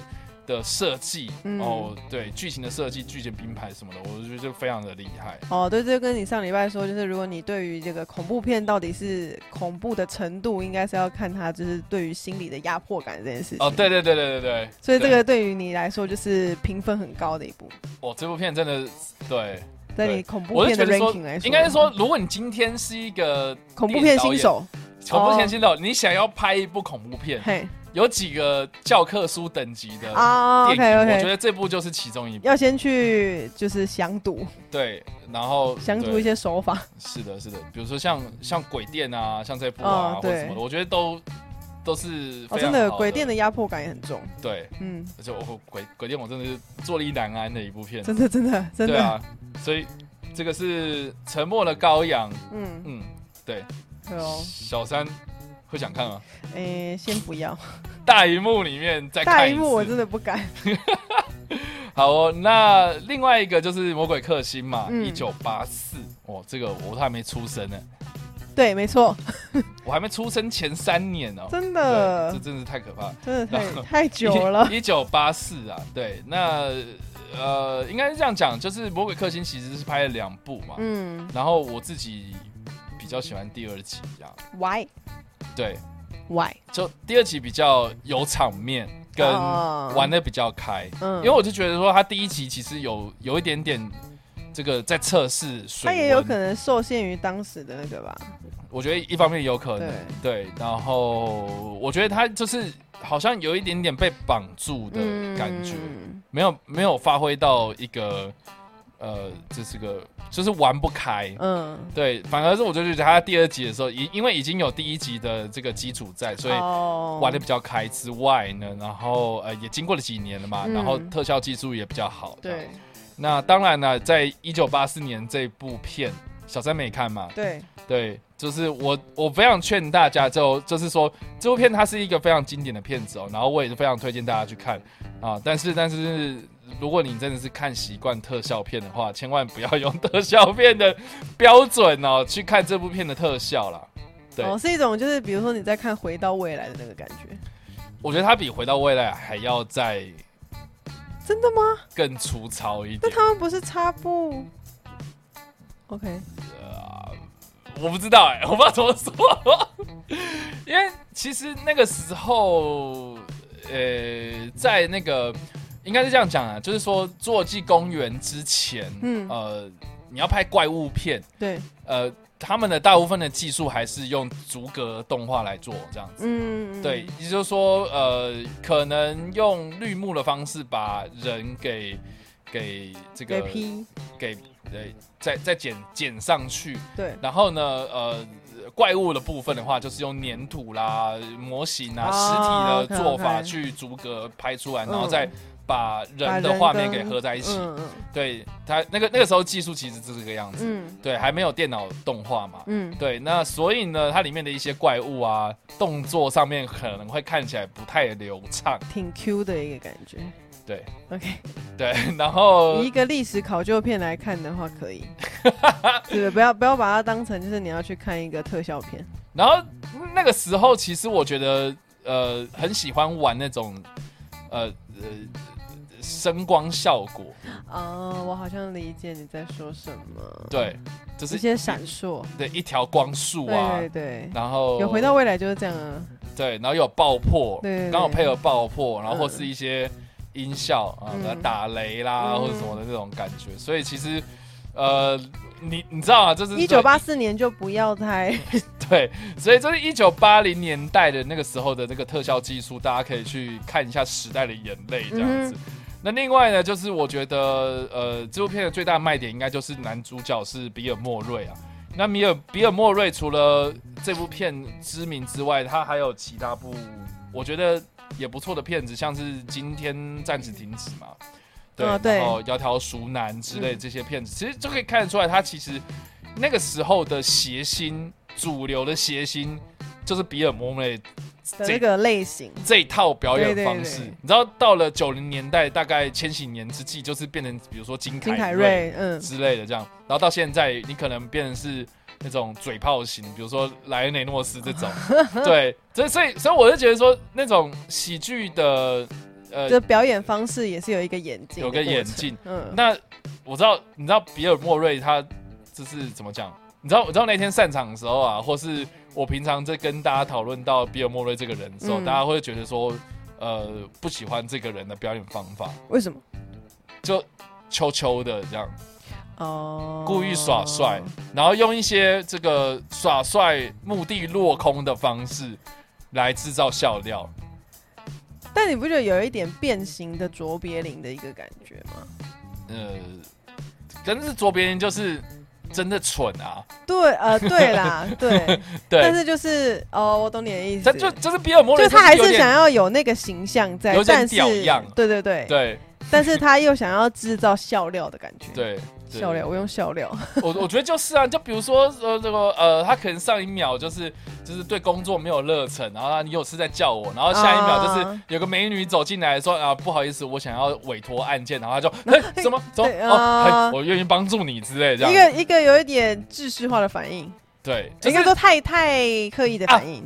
S1: 的设计，
S2: 嗯
S1: 哦，对，剧情的设计、剧情编排什么的，我就觉得非常的厉害。
S2: 哦，对，这就跟你上礼拜说，就是如果你对于这个恐怖片到底是恐怖的程度，应该是要看它就是对于心理的压迫感这件事情。
S1: 哦，，对对对对对对，
S2: 所以这
S1: 对
S2: 个对于你来说就是评分很高的一部，
S1: 哦，这部片真的对，
S2: 在
S1: 对
S2: 你恐怖
S1: 我是
S2: 片
S1: 觉
S2: 的
S1: 得说
S2: ranking 来，说，
S1: 应该是说，如果你今天是一个
S2: 恐怖片
S1: 电影导
S2: 新
S1: 演
S2: 手，
S1: 恐怖前新手，你想要拍一部恐怖片，
S2: 嘿
S1: 有几个教科书等级的
S2: 啊
S1: 呃电影，我
S2: ，OK
S1: 觉
S2: OK，
S1: 得这部就是其中一部。
S2: 要先去就是详读，
S1: 对，然后
S2: 详读
S1: 对
S2: 一些手 法，
S1: 是的，是的，比如说像像鬼店啊，像这部啊，
S2: 哦
S1: 或者
S2: 对
S1: 什么的，我觉得都都是
S2: 哦，
S1: 非常好
S2: 真
S1: 的
S2: 的鬼店的压迫感也很重，
S1: 对，
S2: 嗯，
S1: 而且我鬼鬼店我真的是坐立难安的一部片，
S2: 真的真的真
S1: 对
S2: 的，
S1: 啊，所以这个是沉默的羔羊，
S2: 嗯，
S1: 嗯，
S2: 对哦，
S1: 小三会想看吗？
S2: 诶，先不要，
S1: 大荧幕里面 再
S2: 大
S1: 看一
S2: 荧幕我
S1: 次。
S2: 真的不敢，
S1: 好哦，那另外一个就是《魔鬼克星》嘛，
S2: 嗯
S1: 一九八四，哦，这个我都还没出生呢，
S2: 对，没错，
S1: 我还没出生前三年哦，
S2: 真
S1: 对
S2: 的
S1: 这真是太可怕了。
S2: 真的太 太 久了，
S1: 一九八四啊，对，那呃，应该是这样讲，就是《魔鬼克星》其呃实是拍了两部嘛，
S2: 嗯
S1: 然后我自己比较喜欢第二集这样，
S2: ，Why
S1: 对，
S2: Why
S1: 就第二集比较有场面，跟
S2: 哦
S1: 玩的比较开，
S2: 嗯
S1: 因为我就觉得说他第一集其实有有一点点这个在测试水
S2: 它
S1: 温，
S2: 也有可能受限于当时的那个吧，
S1: 我觉得一方面有可能，对，然后我觉得他就是好像有一点点被绑住的感觉。
S2: 嗯
S1: 没有没有发挥到一个呃，这是个就是玩不开。
S2: 嗯，
S1: 对，反而是我就觉得他第二集的时候，已因为已经有第一集的这个基础在，所以
S2: 哦以
S1: 玩的比较开之外呢，然后呃也经过了几年了嘛，
S2: 嗯
S1: 然后特效技术也比较好。
S2: 对，
S1: 那当然了，在一九八四年这部片，小三没看嘛，
S2: 对，
S1: 对，就是我我非常劝大家就就是说这部片它是一个非常经典的片子哦，然后我也是非常推荐大家去看啊。但是但是如果你真的是看习惯特效片的话，千万不要用特效片的标准哦去看这部片的特效啦。对，
S2: 哦，是一种就是比如说你在看《回到未来》的那个感觉，
S1: 我觉得它比《回到未来》还要再
S2: 真的吗？
S1: 更粗糙一
S2: 那
S1: 点。
S2: 他们不是擦布？OK，
S1: 我不知道哎、我不知道怎么说，因为其实那个时候，呃，在那个应该是这样讲啊，就是说《侏罗纪公园》之前，
S2: 嗯
S1: 呃，你要拍怪物片，
S2: 对，
S1: 呃，他们的大部分的技术还是用逐格动画来做这样子。
S2: 嗯，
S1: 对，也就是说，呃，可能用绿幕的方式把人给给这
S2: 给
S1: 个
S2: 批，
S1: 给呃再再剪剪上去，
S2: 对，
S1: 然后呢，呃，怪物的部分的话，就是用粘土啦、模型啊、
S2: 哦
S1: 实体的做法
S2: OK，OK
S1: 去逐格拍出来，
S2: 嗯
S1: 然后再把
S2: 把
S1: 人的画面
S2: 跟
S1: 给合在一起。
S2: 嗯嗯
S1: 对，它那个那个时候技术其实是这个样子，
S2: 嗯
S1: 对，还没有电脑动画嘛。
S2: 嗯，
S1: 对，那所以呢，它里面的一些怪物啊，动作上面可能会看起来不太流畅，
S2: 挺 Q 的一个感觉。
S1: 对
S2: ，OK，
S1: 对，然后
S2: 以一个历史考究片来看的话，可 以，对的，不要不要把它当成就是你要去看一个特效片。
S1: 然后那个时候，其实我觉得，呃，很喜欢玩那种，呃呃，声光效果，
S2: 啊，我好像理解你在说什么。，
S1: 对，就是
S2: 一些闪烁。
S1: 对一条光束啊，
S2: 对对对，
S1: 然后
S2: 有回到未来就是这样啊。
S1: 对，然后有爆破，
S2: 对对对
S1: 刚好配合爆破，然后
S2: 嗯
S1: 或是一些音效啊，
S2: 嗯
S1: 呃打雷啦、
S2: 嗯
S1: 或者什么的那种感觉，所以其实，呃，你你知道啊，就是
S2: 一九八四年就不 要拍，
S1: 对，所以就是一九八零年代的那个时候的那个特效技术，大家可以去看一下《时代的眼泪》这样子。
S2: 嗯
S1: 那另外呢，就是我觉得呃，这部片的最大卖点应该就是男主角是比尔莫瑞啊。那米尔比尔莫瑞除了这部片知名之外，他还有其他部我觉得也不错的片子，像是《今天暂时停止》嘛，对，
S2: 哦对
S1: 然后《窈窕淑男》之类
S2: 嗯
S1: 这些片子，其实就可以看得出来，他其实那个时候的谐星，主流的谐星就是比尔莫瑞
S2: 的那个类型，
S1: 这一套表演方式。
S2: 对对对
S1: 你知道，到了九零年代，大概千禧年之际，就是变成比如说金
S2: 金
S1: 凯
S2: 凯
S1: 瑞
S2: 瑞，嗯，
S1: 之类的这样，然后到现在，你可能变成是。那种嘴炮型，比如说莱恩雷诺斯这 种，对，所以所以所以我就觉得说，那种喜剧的呃
S2: 这表演方式也是有一个眼镜，
S1: 有个眼，镜，
S2: 嗯，
S1: 那我知道，你知道比尔莫瑞他就是怎么讲？你知道，我知道那天散场的时候啊，或是我平常在跟大家讨论到比尔莫瑞这个人的时候，
S2: 嗯
S1: 大家会觉得说，呃，不喜欢这个人的表演方法，
S2: 为什么？
S1: 就秋秋的这样，
S2: 哦，
S1: 故意耍帅，然后用一些这个耍帅目的落空的方式来制造笑料。
S2: 但你不觉得有一点变形的卓别林的一个感觉吗？
S1: 呃，但是卓别林就是真的蠢啊，
S2: 对，呃，对啦，对，但
S1: 对，
S2: 是就是哦，我懂你的意思，
S1: 他就就是比尔莫
S2: 就
S1: 瑞，
S2: 是他还
S1: 有
S2: 是
S1: 点
S2: 想要有那个形象在
S1: 有，点
S2: 但是
S1: 屌样
S2: 对对对，
S1: 对。
S2: 但是他又想要制造笑料的感觉，，
S1: 对，对
S2: 笑料，我用笑料，
S1: 我我觉得就是啊，就比如说呃这个呃，他可能上一秒就是就是对工作没有热忱，然后他你有事在叫我，然后下一秒就是
S2: 啊
S1: 有个美女走进来说啊不好意思，我想要委托案件，然后他就哎什么什么
S2: 对
S1: 哦，
S2: 啊
S1: 嘿我愿意帮助你之类这
S2: 一
S1: 样，
S2: 个一个有一点制式化的反应，
S1: 对，就
S2: 应该
S1: 是啊
S2: 说太太刻意的反应，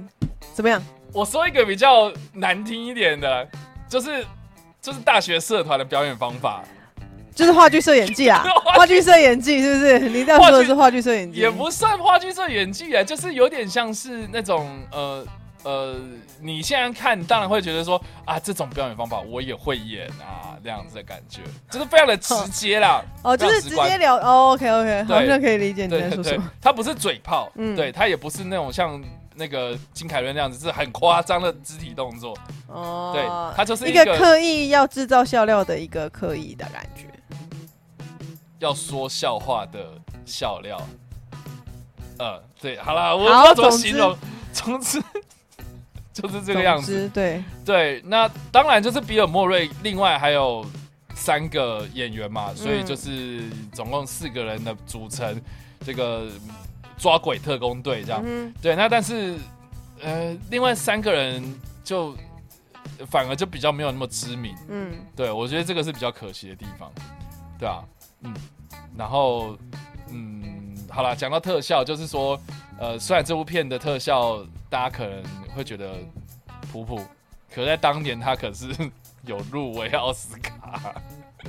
S2: 怎么样？
S1: 我说一个比较难听一点的，就是就是大学社团的表演方法，，
S2: 就是话剧社演技啊 话剧社演技是不是？你这样说的是话剧社演技，
S1: 也不算话剧社演技啊，就是有点像是那种呃呃，你现在看当然会觉得说啊，这种表演方法我也会演啊，这样子的感觉，就是非常的直接 啦。
S2: 哦，就是直接聊哦，OK OK，
S1: 对
S2: 好像可以理哎解你
S1: 对
S2: 在
S1: 对
S2: 说什
S1: 对
S2: 么，，
S1: 他不是嘴炮，
S2: 嗯
S1: 对他也不是那种像那个金凯瑞那样子，是很夸张的肢体动作，对
S2: 哦，
S1: 他就是
S2: 一
S1: 一个
S2: 个刻意要制造笑料的一个刻意的感觉，
S1: 要说笑话的笑料。呃，对，好啦，我
S2: 好
S1: 要怎么
S2: 总之
S1: 形容？总之 就是这个样子。
S2: 总之对，
S1: 对，那当然就是比尔莫瑞，另外还有三个演员嘛，所以就是总共四个人的组成这个抓鬼特工队这样。
S2: 嗯
S1: 对，那但是呃，另外三个人就反而就比较没有那么知名，
S2: 嗯，
S1: 对我觉得这个是比较可惜的地方，对啊，嗯，然后嗯，好啦，讲到特效，就是说呃，虽然这部片的特效大家可能会觉得普普，可在当年它可是 有入围奥斯卡，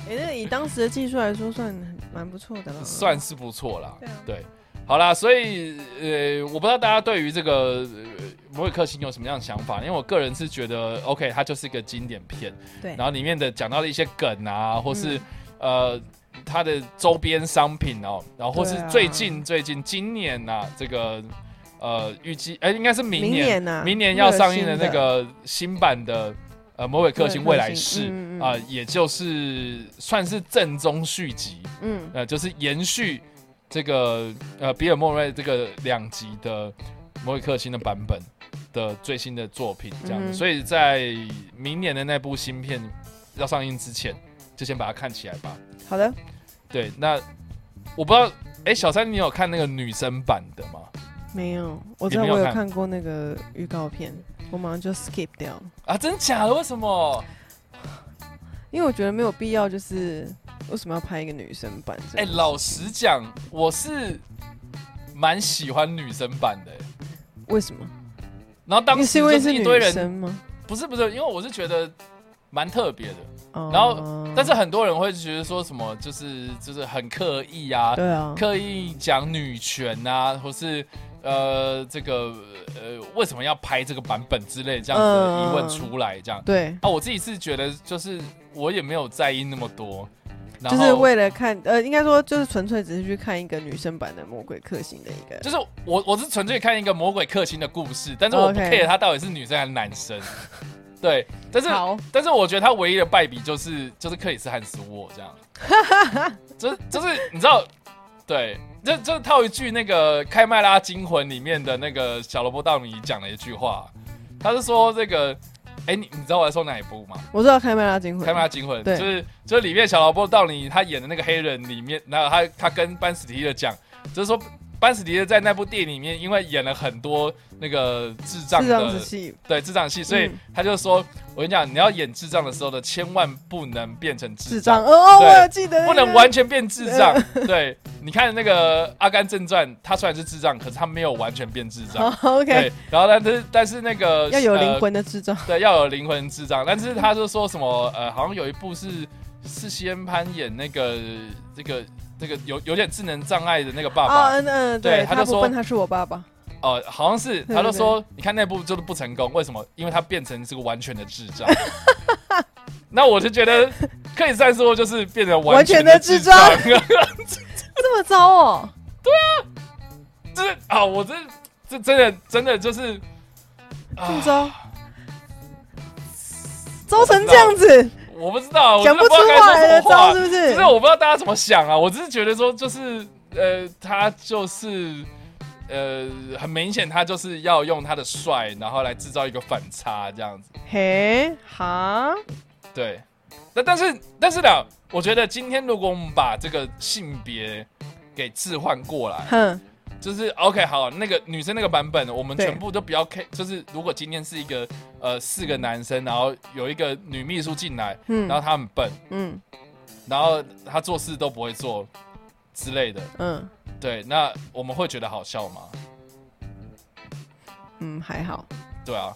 S2: 哎，那以当时的技术来说，算蛮不错的了，
S1: 算是不错啦，
S2: 对啊
S1: 对，好啦，所以呃，我不知道大家对于这个。呃魔鬼克星有什么样的想法？因为我个人是觉得，OK，它就是一个经典片，
S2: 对嗯
S1: 然，后里面的讲到的一些梗啊，或是、呃，它的周边商品哦，然后或是
S2: 对啊
S1: 最近、最近今年呐、这个呃预计哎应该是明
S2: 明
S1: 年
S2: 呢、啊？
S1: 明年要上映的
S2: 热心
S1: 那个新版的呃《魔鬼克星未来
S2: 魔
S1: 式
S2: 鬼克星》嗯嗯
S1: 啊、也就是算是正宗续集，
S2: 嗯，
S1: 呃，就是延续这个呃比尔莫瑞这个两集的《魔鬼克星》的版本的最新的作品，这样子。
S2: 嗯哼
S1: 所以在明年的那部新片要上映之前，就先把它看起来吧。
S2: 好的，
S1: 对，那我不知道，哎、小三，你有看那个女生版的吗？
S2: 没有，
S1: 你
S2: 我知道
S1: 没有
S2: 我有
S1: 看
S2: 看过那个预告片，我马上就 skip 掉，
S1: 啊，真假的？为什么？
S2: 因为我觉得没有必要，就是为什么要拍一个女生版这
S1: 哎、
S2: 样？
S1: 老实讲，我是蛮喜欢女生版的、哎
S2: 为什么？
S1: 然后当
S2: 你
S1: 时
S2: 是因为
S1: 就是是
S2: 女
S1: 一堆人，
S2: 生吗？
S1: 不是不是，因为我是觉得蛮特别的。
S2: 哦
S1: 然后但是很多人会觉得说什么，就是就是很刻意啊，
S2: 对啊，
S1: 刻意讲女权啊，或是呃这个呃为什么要拍这个版本之类这样子
S2: 嗯
S1: 的疑问出来，这样、
S2: 对，
S1: 啊，我自己是觉得就是我也没有在意那么多，然
S2: 就
S1: 后
S2: 是为了看，呃，应该说就是纯粹只是去看一个女生版的《魔鬼克星》的一个，
S1: 就是我我是纯粹看一个魔鬼克星的故事，但是我不
S2: OK
S1: care 他到底是女生还是男生，对，但是
S2: 好，
S1: 但是我觉得他唯一的败笔就是就是克里斯汉斯沃这样， 就是就是你知道，对，这这套一句那个《开麦拉惊魂》里面的那个小萝卜道尼讲了一句话，他是说这个，哎、你你知道我在说哪一部吗？
S2: 我知道《开麦拉惊
S1: 《
S2: 魂
S1: 开》麦拉惊魂》
S2: 对
S1: 就是就是里面小萝卜道尼他演的那个黑人里面，然后他他跟班史迪勒讲，就是说班史迪勒在那部电影里面因为演了很多那个智障
S2: 是这样
S1: 的
S2: 子戏，
S1: 对智障戏，所以
S2: 嗯
S1: 他就说，我跟你讲，你要演智障的时候呢，千万不能变成智
S2: 智
S1: 障
S2: 障，，哎哦哦，
S1: 对
S2: 我有记得那
S1: 不
S2: 个，
S1: 能完全变智障。对，你看那个《阿甘正传》，他虽然是智障，可是他没有完全变智 障。
S2: 好，OK，哦
S1: 对，然后但是但是那个
S2: 要有灵
S1: 呃
S2: 魂的智障，
S1: 对，要有灵魂智障。但是他就说什么呃，好像有一部是是西恩潘演那个这个这个有有点智能障碍的那个爸
S2: 哦，
S1: 爸，
S2: 嗯嗯，
S1: 对他
S2: 他
S1: 就
S2: 不
S1: 说
S2: 笨，他是我爸爸。
S1: 哦、好像是
S2: 对
S1: 他就
S2: 对
S1: 说，你看那部就是不成功，为什么？因为他变成是个完全的智障。 那我就觉得可以算说就是变成
S2: 完全
S1: 全
S2: 的
S1: 智
S2: 智障这么糟哦？
S1: 就是啊，我 这这真的真的就是
S2: 这
S1: 啊
S2: 么，糟，糟成这样子，
S1: 我不知道，我真
S2: 讲
S1: 的
S2: 不
S1: 哦不
S2: 出
S1: 知道该
S2: 话
S1: 说什
S2: 来了，
S1: 么话
S2: 糟。是不
S1: 就是是？我不知道大家怎么想啊，我只是觉得说，就是呃，他就是呃，很明显，他就是要用他的帅，然后来制造一个反差这样子。
S2: 嘿，哈，
S1: 对，那但是但是呢，我觉得今天如果我们把这个性别给置换过来，
S2: 哼，
S1: 就是 OK 好，那个女生那个版本，我们
S2: 对
S1: 全部都不要 K，就是如果今天是一个呃四个男生，然后有一个女秘书进来，然后
S2: 嗯
S1: 她很笨，
S2: 嗯
S1: 然后她做事都不会做之类的，
S2: 嗯
S1: 对，那我们会觉得好笑吗？
S2: 嗯，还好，
S1: 对啊，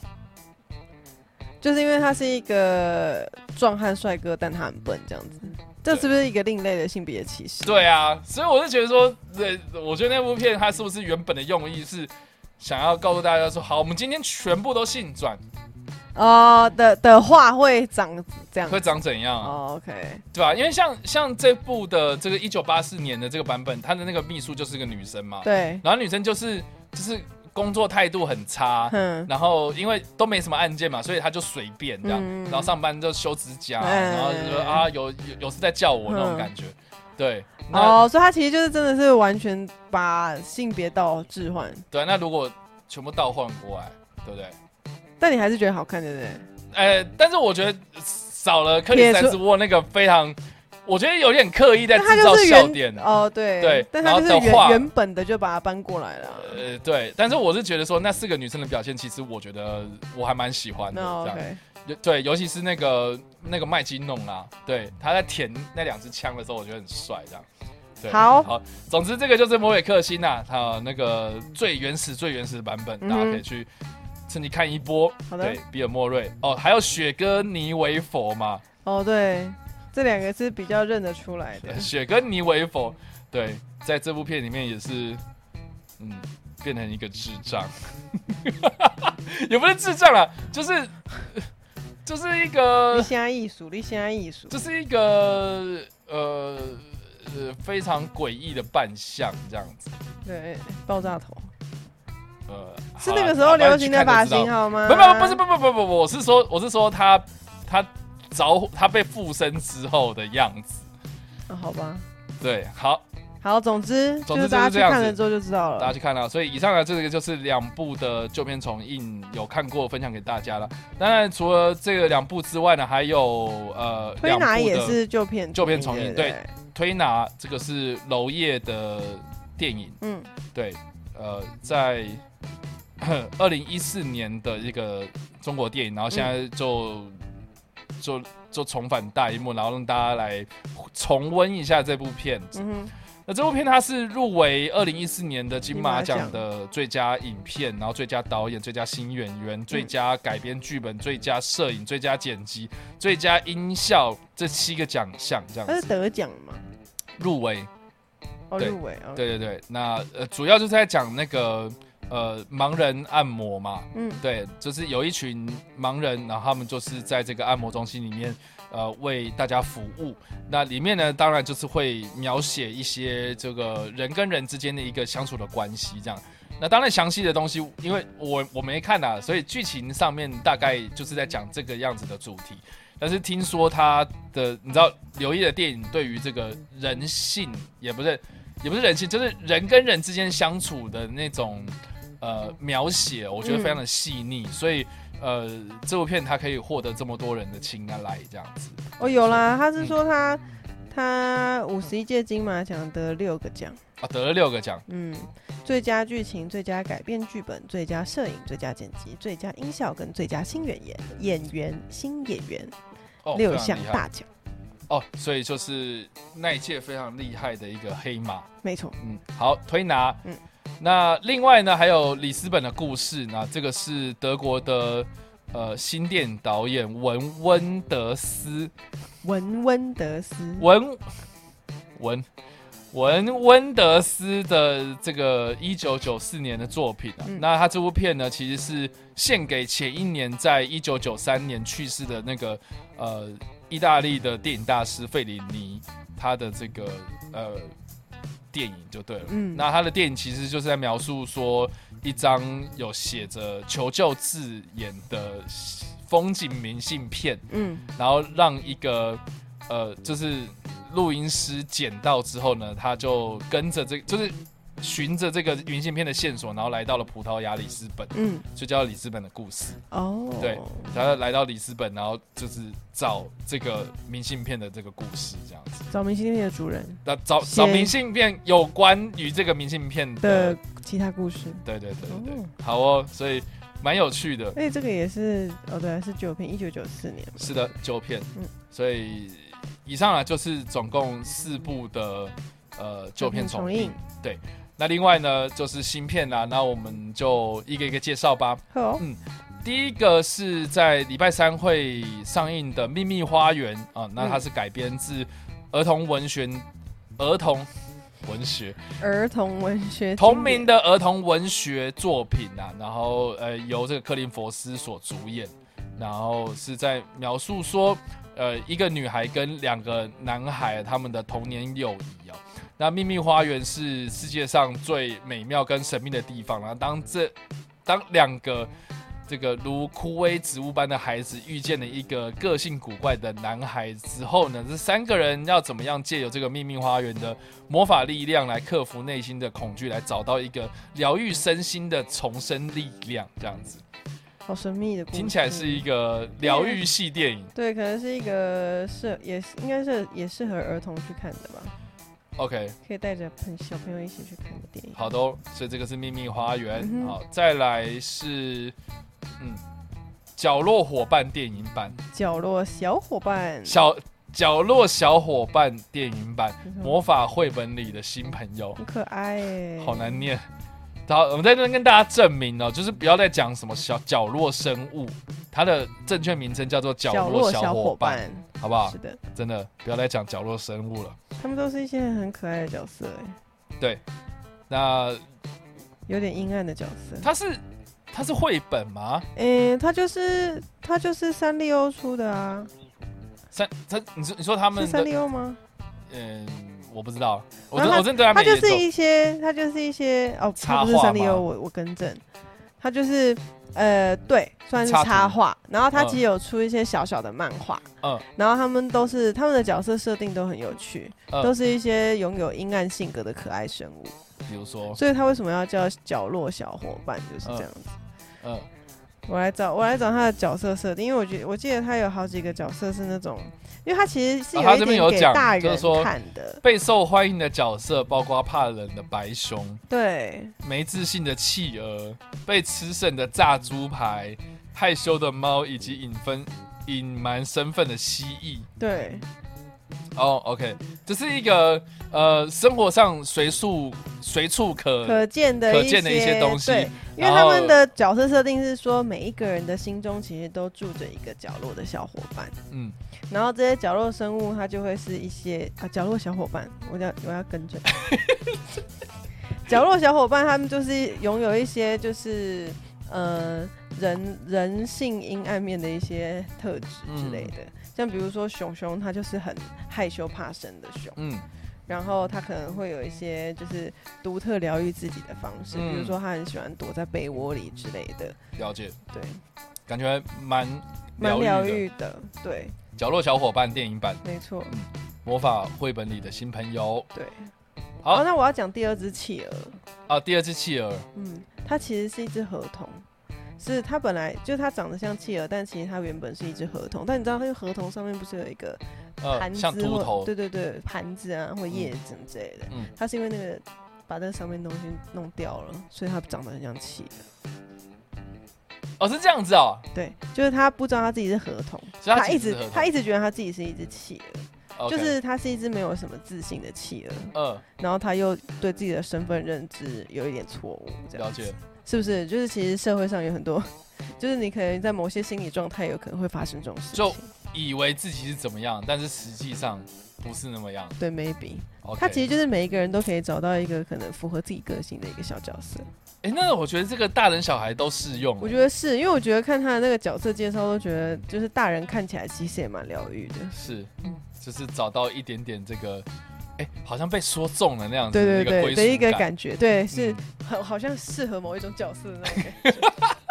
S2: 就是因为他是一个壮汉帅哥，但他很笨，这样子，这是不是一个另类的性别歧视？
S1: 对啊，所以我就觉得说，对，我觉得那部片它是不是原本的用意是想要告诉大家说，好，我们今天全部都性转，
S2: 哦的的话会长这样
S1: 会长怎样啊？
S2: 哦，OK，
S1: 对啊吧、因为像像这部的这个一九八四年的这个版本，它的那个秘书就是个女生嘛，
S2: 对，
S1: 然后女生就是就是工作态度很差，
S2: 哼，
S1: 然后因为都没什么案件嘛，所以她就随便这样，
S2: 嗯
S1: 然后上班就修指甲，
S2: 哎
S1: 然后就说啊有有有事在叫我那种
S2: 嗯
S1: 感觉，对，那、
S2: 哦，所以他其实就是真的是完全把性别到置换，
S1: 对，啊那如果全部倒换过来，对不对？
S2: 但你还是觉得好看，对不对？
S1: 呃，但是我觉得少了克里斯汀斯沃那个非常，我觉得有点刻意在
S2: 但他
S1: 制造
S2: 就是
S1: 笑点啊
S2: 原。哦，对
S1: 对
S2: 但他
S1: 然后
S2: 就
S1: 的
S2: 是原
S1: 话
S2: 原本的就把它搬过来了。
S1: 呃，对，但是我是觉得说那四个女生的表现，其实我觉得我还蛮喜欢的。
S2: 那
S1: 这样
S2: OK，
S1: 尤对，尤其是那个那个麦基弄啊，对，他在舔那两支枪的时候，我觉得很帅，这样。对
S2: 好
S1: 好，总之这个就是《魔鬼克星》呐，它那个最原始、最原始的版本，
S2: 嗯哼
S1: 大家可以去趁机看一波。
S2: 好的
S1: 对，比尔莫瑞哦，还有雪哥尼维佛嘛，
S2: 哦对，这两个是比较认得出来 的
S1: 对。雪哥尼维佛，对，在这部片里面也是，嗯，变成一个智障， 也不是智障啦，就是 就是一个
S2: 立虾艺术，立虾艺术
S1: 这，是一个呃呃非常诡异的扮相这样子。
S2: 对，爆炸头
S1: 呃，
S2: 是
S1: 好啦
S2: 那个时候流行的发。
S1: 反正去看就知
S2: 型啊
S1: 道
S2: 好吗？
S1: 不不不是不不不不不，我是说我是说他他着他被附身之后的样子。
S2: 啊好吧，
S1: 对，好，
S2: 好，总之
S1: 总
S2: 就
S1: 之
S2: 是大家
S1: 就是
S2: 去
S1: 这样
S2: 看
S1: 子
S2: 了之后就知道
S1: 大家
S2: 了。
S1: 去看了、啊所以以上呢，这个就是两部的旧片重映，有看过分享给大家了。当然，除了这个两部之外呢，还有呃，
S2: 推拿
S1: 两部的
S2: 也是旧片
S1: 旧片重映
S2: 对不
S1: 对，推拿，这个是娄烨的电影，
S2: 嗯，
S1: 对，呃，在二零一四年的一个中国电影，然后现
S2: 嗯
S1: 在就、就就重返大荧幕，然后让大家来重温一下这部片子。
S2: 嗯哼，
S1: 那这部片它是入围二零一四年的金马
S2: 金
S1: 奖
S2: 马奖
S1: 的最佳影片，然后最佳导演、最佳新演员、最佳改编剧本、最佳摄影、最佳剪辑、最佳音效这七个奖项这样
S2: 他是
S1: 子
S2: 得奖嘛？
S1: 入围。
S2: 哦，
S1: 对
S2: 入围啊，，
S1: 对对对，那呃主要就是在讲那个呃盲人按摩嘛，
S2: 嗯，
S1: 对，就是有一群盲人，然后他们就是在这个按摩中心里面，呃，为大家服务。那里面呢，当然就是会描写一些这个人跟人之间的一个相处的关系，这样。那当然详细的东西，因为我我没看啊，所以剧情上面大概就是在讲这个样子的主题。但是听说他的，你知道刘烨的电影对于这个人性，也不是也不是人性，就是人跟人之间相处的那种呃描写，我觉得非常的细腻，所以呃这部片它可以获得这么多人的青睐，这样子。
S2: 哦有
S1: 嗯
S2: 啦，他是说他他五十一届金马奖得六个奖，
S1: 啊，得了六个奖，
S2: 嗯，最佳剧情、最佳改编剧本、最佳摄影、最佳剪辑、最佳音效跟最佳新演员演员新演员
S1: 哦，
S2: 六
S1: 非常
S2: 项
S1: 厉害
S2: 大奖，
S1: 哦，所以就是那一届非常厉害的一个黑马。
S2: 没错，
S1: 嗯，好，推拿。嗯
S2: 嗯，
S1: 那另外呢，还有里斯本的故事，那这个是德国的呃新电影导演文温德斯
S2: 文温德斯，
S1: 文文文温德斯的这个一九九四年的作品啊。
S2: 嗯
S1: 那他这部片呢，其实是献给前一年在一九九三年去世的那个呃意大利的电影大师费里尼，他的这个呃电影就对了。
S2: 嗯，
S1: 那他的电影其实就是在描述说一张有写着“求救”字眼的风景明信片，
S2: 嗯
S1: 然后让一个呃，就是录音师捡到之后呢，他就跟着这就是循着这个明信片的线索，然后来到了葡萄牙里斯本，
S2: 嗯
S1: 就叫里斯本的故事。
S2: 哦，
S1: 对他来到里斯本，然后就是找这个明信片的这个故事这样子。
S2: 找明信片的主人
S1: 那找
S2: 写
S1: 找明信片有关于这个明信片的
S2: 的其他故事。
S1: 对对对对对，
S2: 哦
S1: 好哦，所以蛮有趣的，
S2: 而且这个也是哦，对，是九片，一九九四年嘛。
S1: 是的，九片，
S2: 嗯
S1: 所以以上啊就是总共四部的呃旧片重映，对。那另外呢，就是新片啦，那我们就一个一个介绍吧。
S2: 好、哦，
S1: 第一个是在礼拜三会上映的《秘密花园》啊、那它是改编自儿童文学、儿童文学
S2: 儿童文学
S1: 同名
S2: 的
S1: 的儿童文学作品啊，然后呃由这个克林佛斯所主演，然后是在描述说，呃一个女孩跟两个男孩他们的童年友谊哦。那《秘密花园》是世界上最美妙跟神秘的地方然后当这当两个这个如枯萎植物般的孩子遇见了一个个性古怪的男孩之后呢，这三个人要怎么样借由这个秘密花园的魔法力量来克服内心的恐惧，来找到一个疗愈身心的重生力量？这样子
S2: 好神秘的故事，
S1: 听起来是一个疗愈系电影。
S2: 对，可能是一个适，也是应该是也适合儿童去看的吧，嗯
S1: OK，
S2: 可以带着朋小朋友一起去看的电影。
S1: 好的哦，所以这个是秘密花园。
S2: 嗯哼
S1: 好，再来是嗯，角落伙伴电影版，
S2: 角落小伙伴，
S1: 小角落小伙伴电影版，
S2: 没错
S1: 魔法绘本里的新朋友。
S2: 很可爱哎，
S1: 好难念。好，我们在这边跟大家证明哦，就是不要再讲什么小
S2: 嗯
S1: 角落生物，它的正确名称叫做角
S2: 角
S1: 落
S2: 落
S1: 小
S2: 小
S1: 伙
S2: 伙
S1: 伴，
S2: 伴，
S1: 好不好
S2: 是？的，
S1: 真的不要再讲角落生物了。
S2: 他们都是一些很可爱的角色哎，
S1: 那
S2: 有点阴暗的角色。
S1: 它是它是绘本吗？
S2: 诶、他就是他就是三丽鸥出的啊，
S1: 三它你说你说他
S2: 是
S1: 们
S2: 三
S1: 的
S2: 丽鸥吗？
S1: 嗯我不知道，我
S2: 然
S1: 真
S2: 后
S1: 我真的对他
S2: 它
S1: 没
S2: 就
S1: 研
S2: 是
S1: 究。
S2: 一些，它就是一些哦，
S1: 插
S2: 它不是
S1: 画
S2: 三丽
S1: 吗
S2: 鸥，我我更正，它就是呃，对，算是
S1: 插图
S2: 插画。然后它
S1: 嗯
S2: 其实有出一些小小的漫画，
S1: 嗯
S2: 然后他们都是他们的角色设定都很有趣，
S1: 嗯
S2: 都是一些拥有阴暗性格的可爱生物。
S1: 比如说，
S2: 所以它为什么要叫角落小伙伴，就是这样子。
S1: 嗯
S2: 我来找我来找他的角色设定，因为我觉我记得他有好几个角色是那种，因为他其实是
S1: 啊他
S2: 有
S1: 这
S2: 一
S1: 边
S2: 点
S1: 有
S2: 给
S1: 讲
S2: 大
S1: 就是
S2: 人
S1: 说
S2: 看的，
S1: 备受欢迎的角色包括怕冷的白熊、
S2: 对，
S1: 没自信的企鹅、被吃剩的炸猪排、害羞的猫以及隐分隐瞒身份的蜥蜴。
S2: 对，
S1: 哦、o k 这是一个呃生活上随处随处可
S2: 可见的
S1: 可
S2: 一
S1: 见的一些东西
S2: 对，因为
S1: 然
S2: 他
S1: 后
S2: 们的角色设定是说，每一个人的心中其实都住着一个角落的小伙伴，
S1: 嗯，
S2: 然后这些角落生物它就会是一些啊角落小伙伴，我要我要跟着。 角落小伙伴他们就是拥有一些就是呃人人性阴暗面的一些特质
S1: 嗯
S2: 之类的，像比如说熊熊，它就是很害羞怕生的熊。
S1: 嗯
S2: 然后他可能会有一些就是独特疗愈自己的方式，
S1: 嗯
S2: 比如说他很喜欢躲在被窝里之类的，
S1: 了解，
S2: 对，
S1: 感觉蛮
S2: 蛮
S1: 疗
S2: 疗
S1: 愈的。
S2: 愈的，对，
S1: 角落小伙伴电影版
S2: 没错，
S1: 魔法绘本里的新朋友
S2: 对。
S1: 好
S2: 哦那我要讲第二只企鹅，
S1: 啊，第二只企鹅，
S2: 嗯，它其实是一只河童，是它本来就它长得像企鹅，但其实它原本是一只河童，但你知道那个河童上面不是有一个
S1: 呃，
S2: 盘子
S1: 像
S2: 或、
S1: 秃头，
S2: 对对对，盘子啊或叶子之类的，
S1: 嗯
S2: 它是因为那个把那上面东西弄掉了，所以它长得很像企鹅。
S1: 哦，是这样子哦，
S2: 对，就是他不知道他自己是河童，
S1: 所以他
S2: 一
S1: 其实
S2: 直
S1: 是河童
S2: 他一直觉得他自己是一只企鹅
S1: OK
S2: 就是他是一只没有什么自信的企鹅，
S1: 嗯，
S2: 然后他又对自己的身份认知有一点错误，这
S1: 了
S2: 样
S1: 解，
S2: 是不是？就是其实社会上有很多， 就是你可能在某些心理状态有可能会发生这种事
S1: 就
S2: 情，
S1: 以为自己是怎么样，但是实际上不是那么样。
S2: 对，maybe，
S1: OK，
S2: 他其实就是每一个人都可以找到一个可能符合自己个性的一个小角色，
S1: 哎、那我觉得这个大人小孩都适用、
S2: 我
S1: 欸
S2: 觉得是因为我觉得看他的那个角色介绍，都觉得就是大人看起来其实也蛮疗愈的，
S1: 是，就是找到一点点这个，哎、好像被说中了那样子
S2: 对对
S1: 的
S2: 对的一
S1: 一个归属
S2: 个
S1: 感。
S2: 感觉，对，是
S1: 嗯
S2: 很 好像适合某一种角色的那种感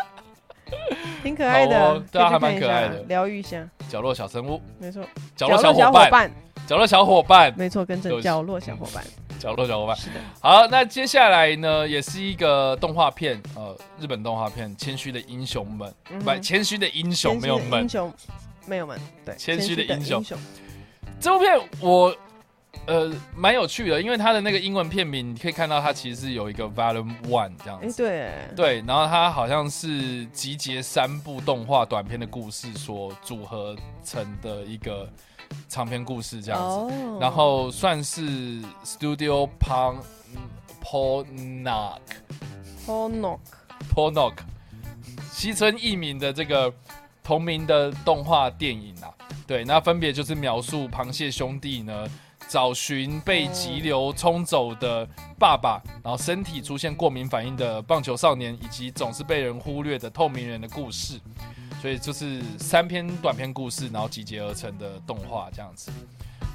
S2: 觉，挺可爱的，
S1: 好哦对啊
S2: 可以去
S1: 还蛮
S2: 看一下
S1: 可爱的
S2: 疗愈一下，
S1: 角落小生物，
S2: 没错，
S1: 角落
S2: 小
S1: 小伙
S2: 伴，
S1: 伴，角落小伙伴，
S2: 没错，跟
S1: 就
S2: 正
S1: 是嗯
S2: 角落小伙伴，
S1: 角落小伙伴。
S2: 是的，
S1: 好，那接下来呢，也是一个动画片，呃，日本动画片《谦虚的英雄们》
S2: 嗯
S1: 不，
S2: 哼
S1: 谦虚的英
S2: 谦
S1: 雄
S2: 虚
S1: 没有
S2: 的
S1: 们
S2: 英。雄没有们，对，
S1: 谦虚
S2: 虚
S1: 的英
S2: 英
S1: 雄，这部片我呃蛮有趣的，因为它的那个英文片名，你可以看到它其实是有一个 Volume One 这样
S2: 哎，
S1: 子。
S2: 对，
S1: 对，然后它好像是集结三部动画短片的故事所组合成的一个长篇故事这样子，
S2: 哦
S1: 然后算是 Studio Pon Ponok
S2: Honok，
S1: Ponok 西村一明的这个同名的动画电影啊，对，那分别就是描述螃蟹兄弟呢。找寻被急流冲走的爸爸，然后身体出现过敏反应的棒球少年，以及总是被人忽略的透明人的故事。所以就是三篇短篇故事，然后集结而成的动画这样子。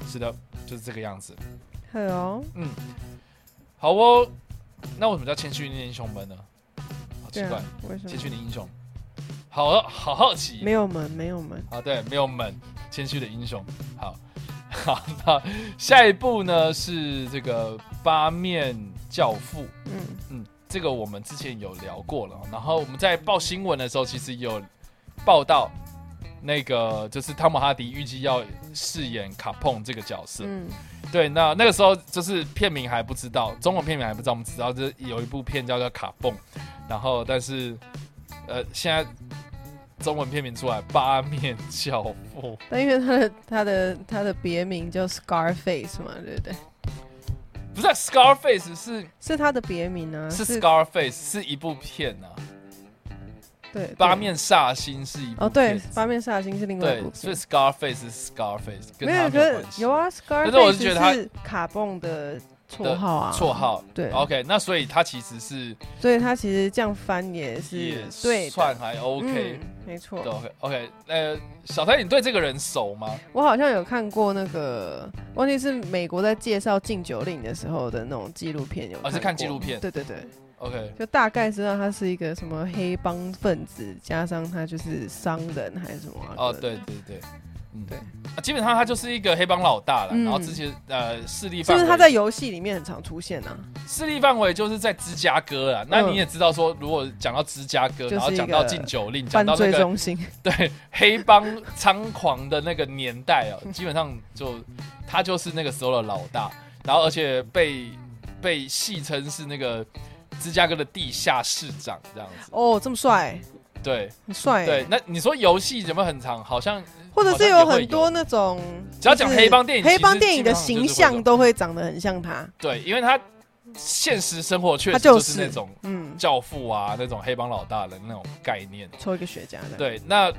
S1: 是的，就是这个样子。
S2: 还有
S1: 好哦，那为什么叫谦虚的英雄们呢？好奇
S2: 对
S1: 怪
S2: 啊，，为什
S1: 谦
S2: 么
S1: 虚的英雄，好好好奇。
S2: 没有们没有们？
S1: 啊，对，没有门，谦虚的英雄。好，好，那下一步呢是这个八面教父。
S2: 嗯，
S1: 嗯，这个我们之前有聊过了。然后我们在报新闻的时候，其实有报道那个就是汤姆哈迪预计要饰演卡碰这个角色。
S2: 嗯，
S1: 对，那那个时候就是片名还不知道，中文片名还不知道，我们只知道这有一部片叫做《卡蹦》，然后但是呃，现在中文片名出来《八面教父》，
S2: 但因为他的 他的他的别名叫 Scarface 嘛，对不对？
S1: 不是、啊、Scarface 是
S2: 是他的别名嗯啊，
S1: 是 Scarface 是一部片啊，
S2: 对
S1: 《
S2: 对
S1: 八面煞星》是一部
S2: 哦，对
S1: 片，子
S2: 八面煞星是另外一部
S1: 对，所以
S2: 片。
S1: Scarface 是 Scarface，跟
S2: 没
S1: 他没有
S2: 有，可
S1: 关
S2: 是
S1: 系。
S2: 有啊
S1: 是我是觉得他
S2: ，Scarface 是卡蹦的绰号啊，
S1: 绰号。哦
S2: 对
S1: OK，那所以它其实是
S2: 所以他其实这样翻也是
S1: 也
S2: 对的。
S1: 算还 OK
S2: 嗯。、没
S1: 对
S2: 错。
S1: OK OK，呃，小蔡，你对这个人熟吗？
S2: 我好像有看过那个，忘记是美国在介绍禁酒令的时候的那种纪录片有
S1: 哦是
S2: 过
S1: 看纪录片
S2: 对对对，
S1: OK，
S2: 就大概知道他是一个什么黑帮分子，加上他就是商人还是什么啊
S1: 哦，，对对对，嗯
S2: 对
S1: 啊基本上他就是一个黑帮老大了，
S2: 嗯
S1: 然后之前呃势力
S2: 就
S1: 范
S2: 是
S1: 围，
S2: 他在游戏里面很常出现啊，
S1: 势力范围就是在芝加哥啦。那你也知道说，如果讲到芝加哥，
S2: 嗯就是
S1: 然后讲
S2: 一
S1: 到
S2: 个
S1: 禁酒令，讲
S2: 犯
S1: 到那
S2: 罪
S1: 个
S2: 中心。
S1: 对黑帮猖狂的那个年代哦，基本上就他就是那个时候的老大，然后而且被被戏称是那个芝加哥的地下市长这样子。
S2: 哦，这么帅，
S1: 对
S2: 很帅。欸
S1: 对，，那你说游戏有没有很长？好像
S2: 或者是
S1: 好
S2: 有
S1: 像也会
S2: 很多那种，
S1: 只要讲
S2: 就是
S1: 黑帮电影
S2: 黑
S1: 其
S2: 帮
S1: 实
S2: 电影的
S1: 基本上就
S2: 形
S1: 是会有
S2: 象都会长得很像他。
S1: 对，因为他现实生活确
S2: 他
S1: 实
S2: 就
S1: 就是那种
S2: 嗯，
S1: 教父啊，那种黑帮老大的那种概念。
S2: 抽一个雪茄的。，
S1: 对，那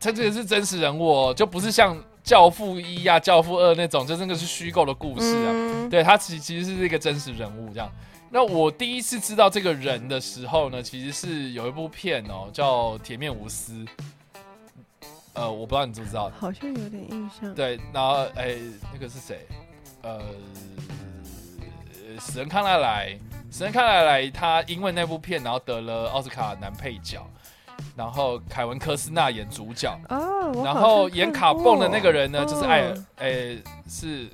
S1: 他这个是真实人物哦，就不是像教父一啊、教父二那种，就那个是虚构的故事啊。
S2: 嗯、
S1: 对他其其实是一个真实人物这样。那我第一次知道这个人的时候呢，其实是有一部片哦，叫《铁面无私》。呃，我不知道你知不知道。
S2: 好像有点印象。
S1: 对，然后哎，那个是谁？呃，死人康纳莱，死人康纳莱，他因为那部片，然后得了奥斯卡男配角，然后凯文科斯纳演主角，
S2: 哦，我好像
S1: 然后演卡蹦的那个人呢，
S2: 看过
S1: 就是艾尔
S2: 嗯，
S1: 哎，是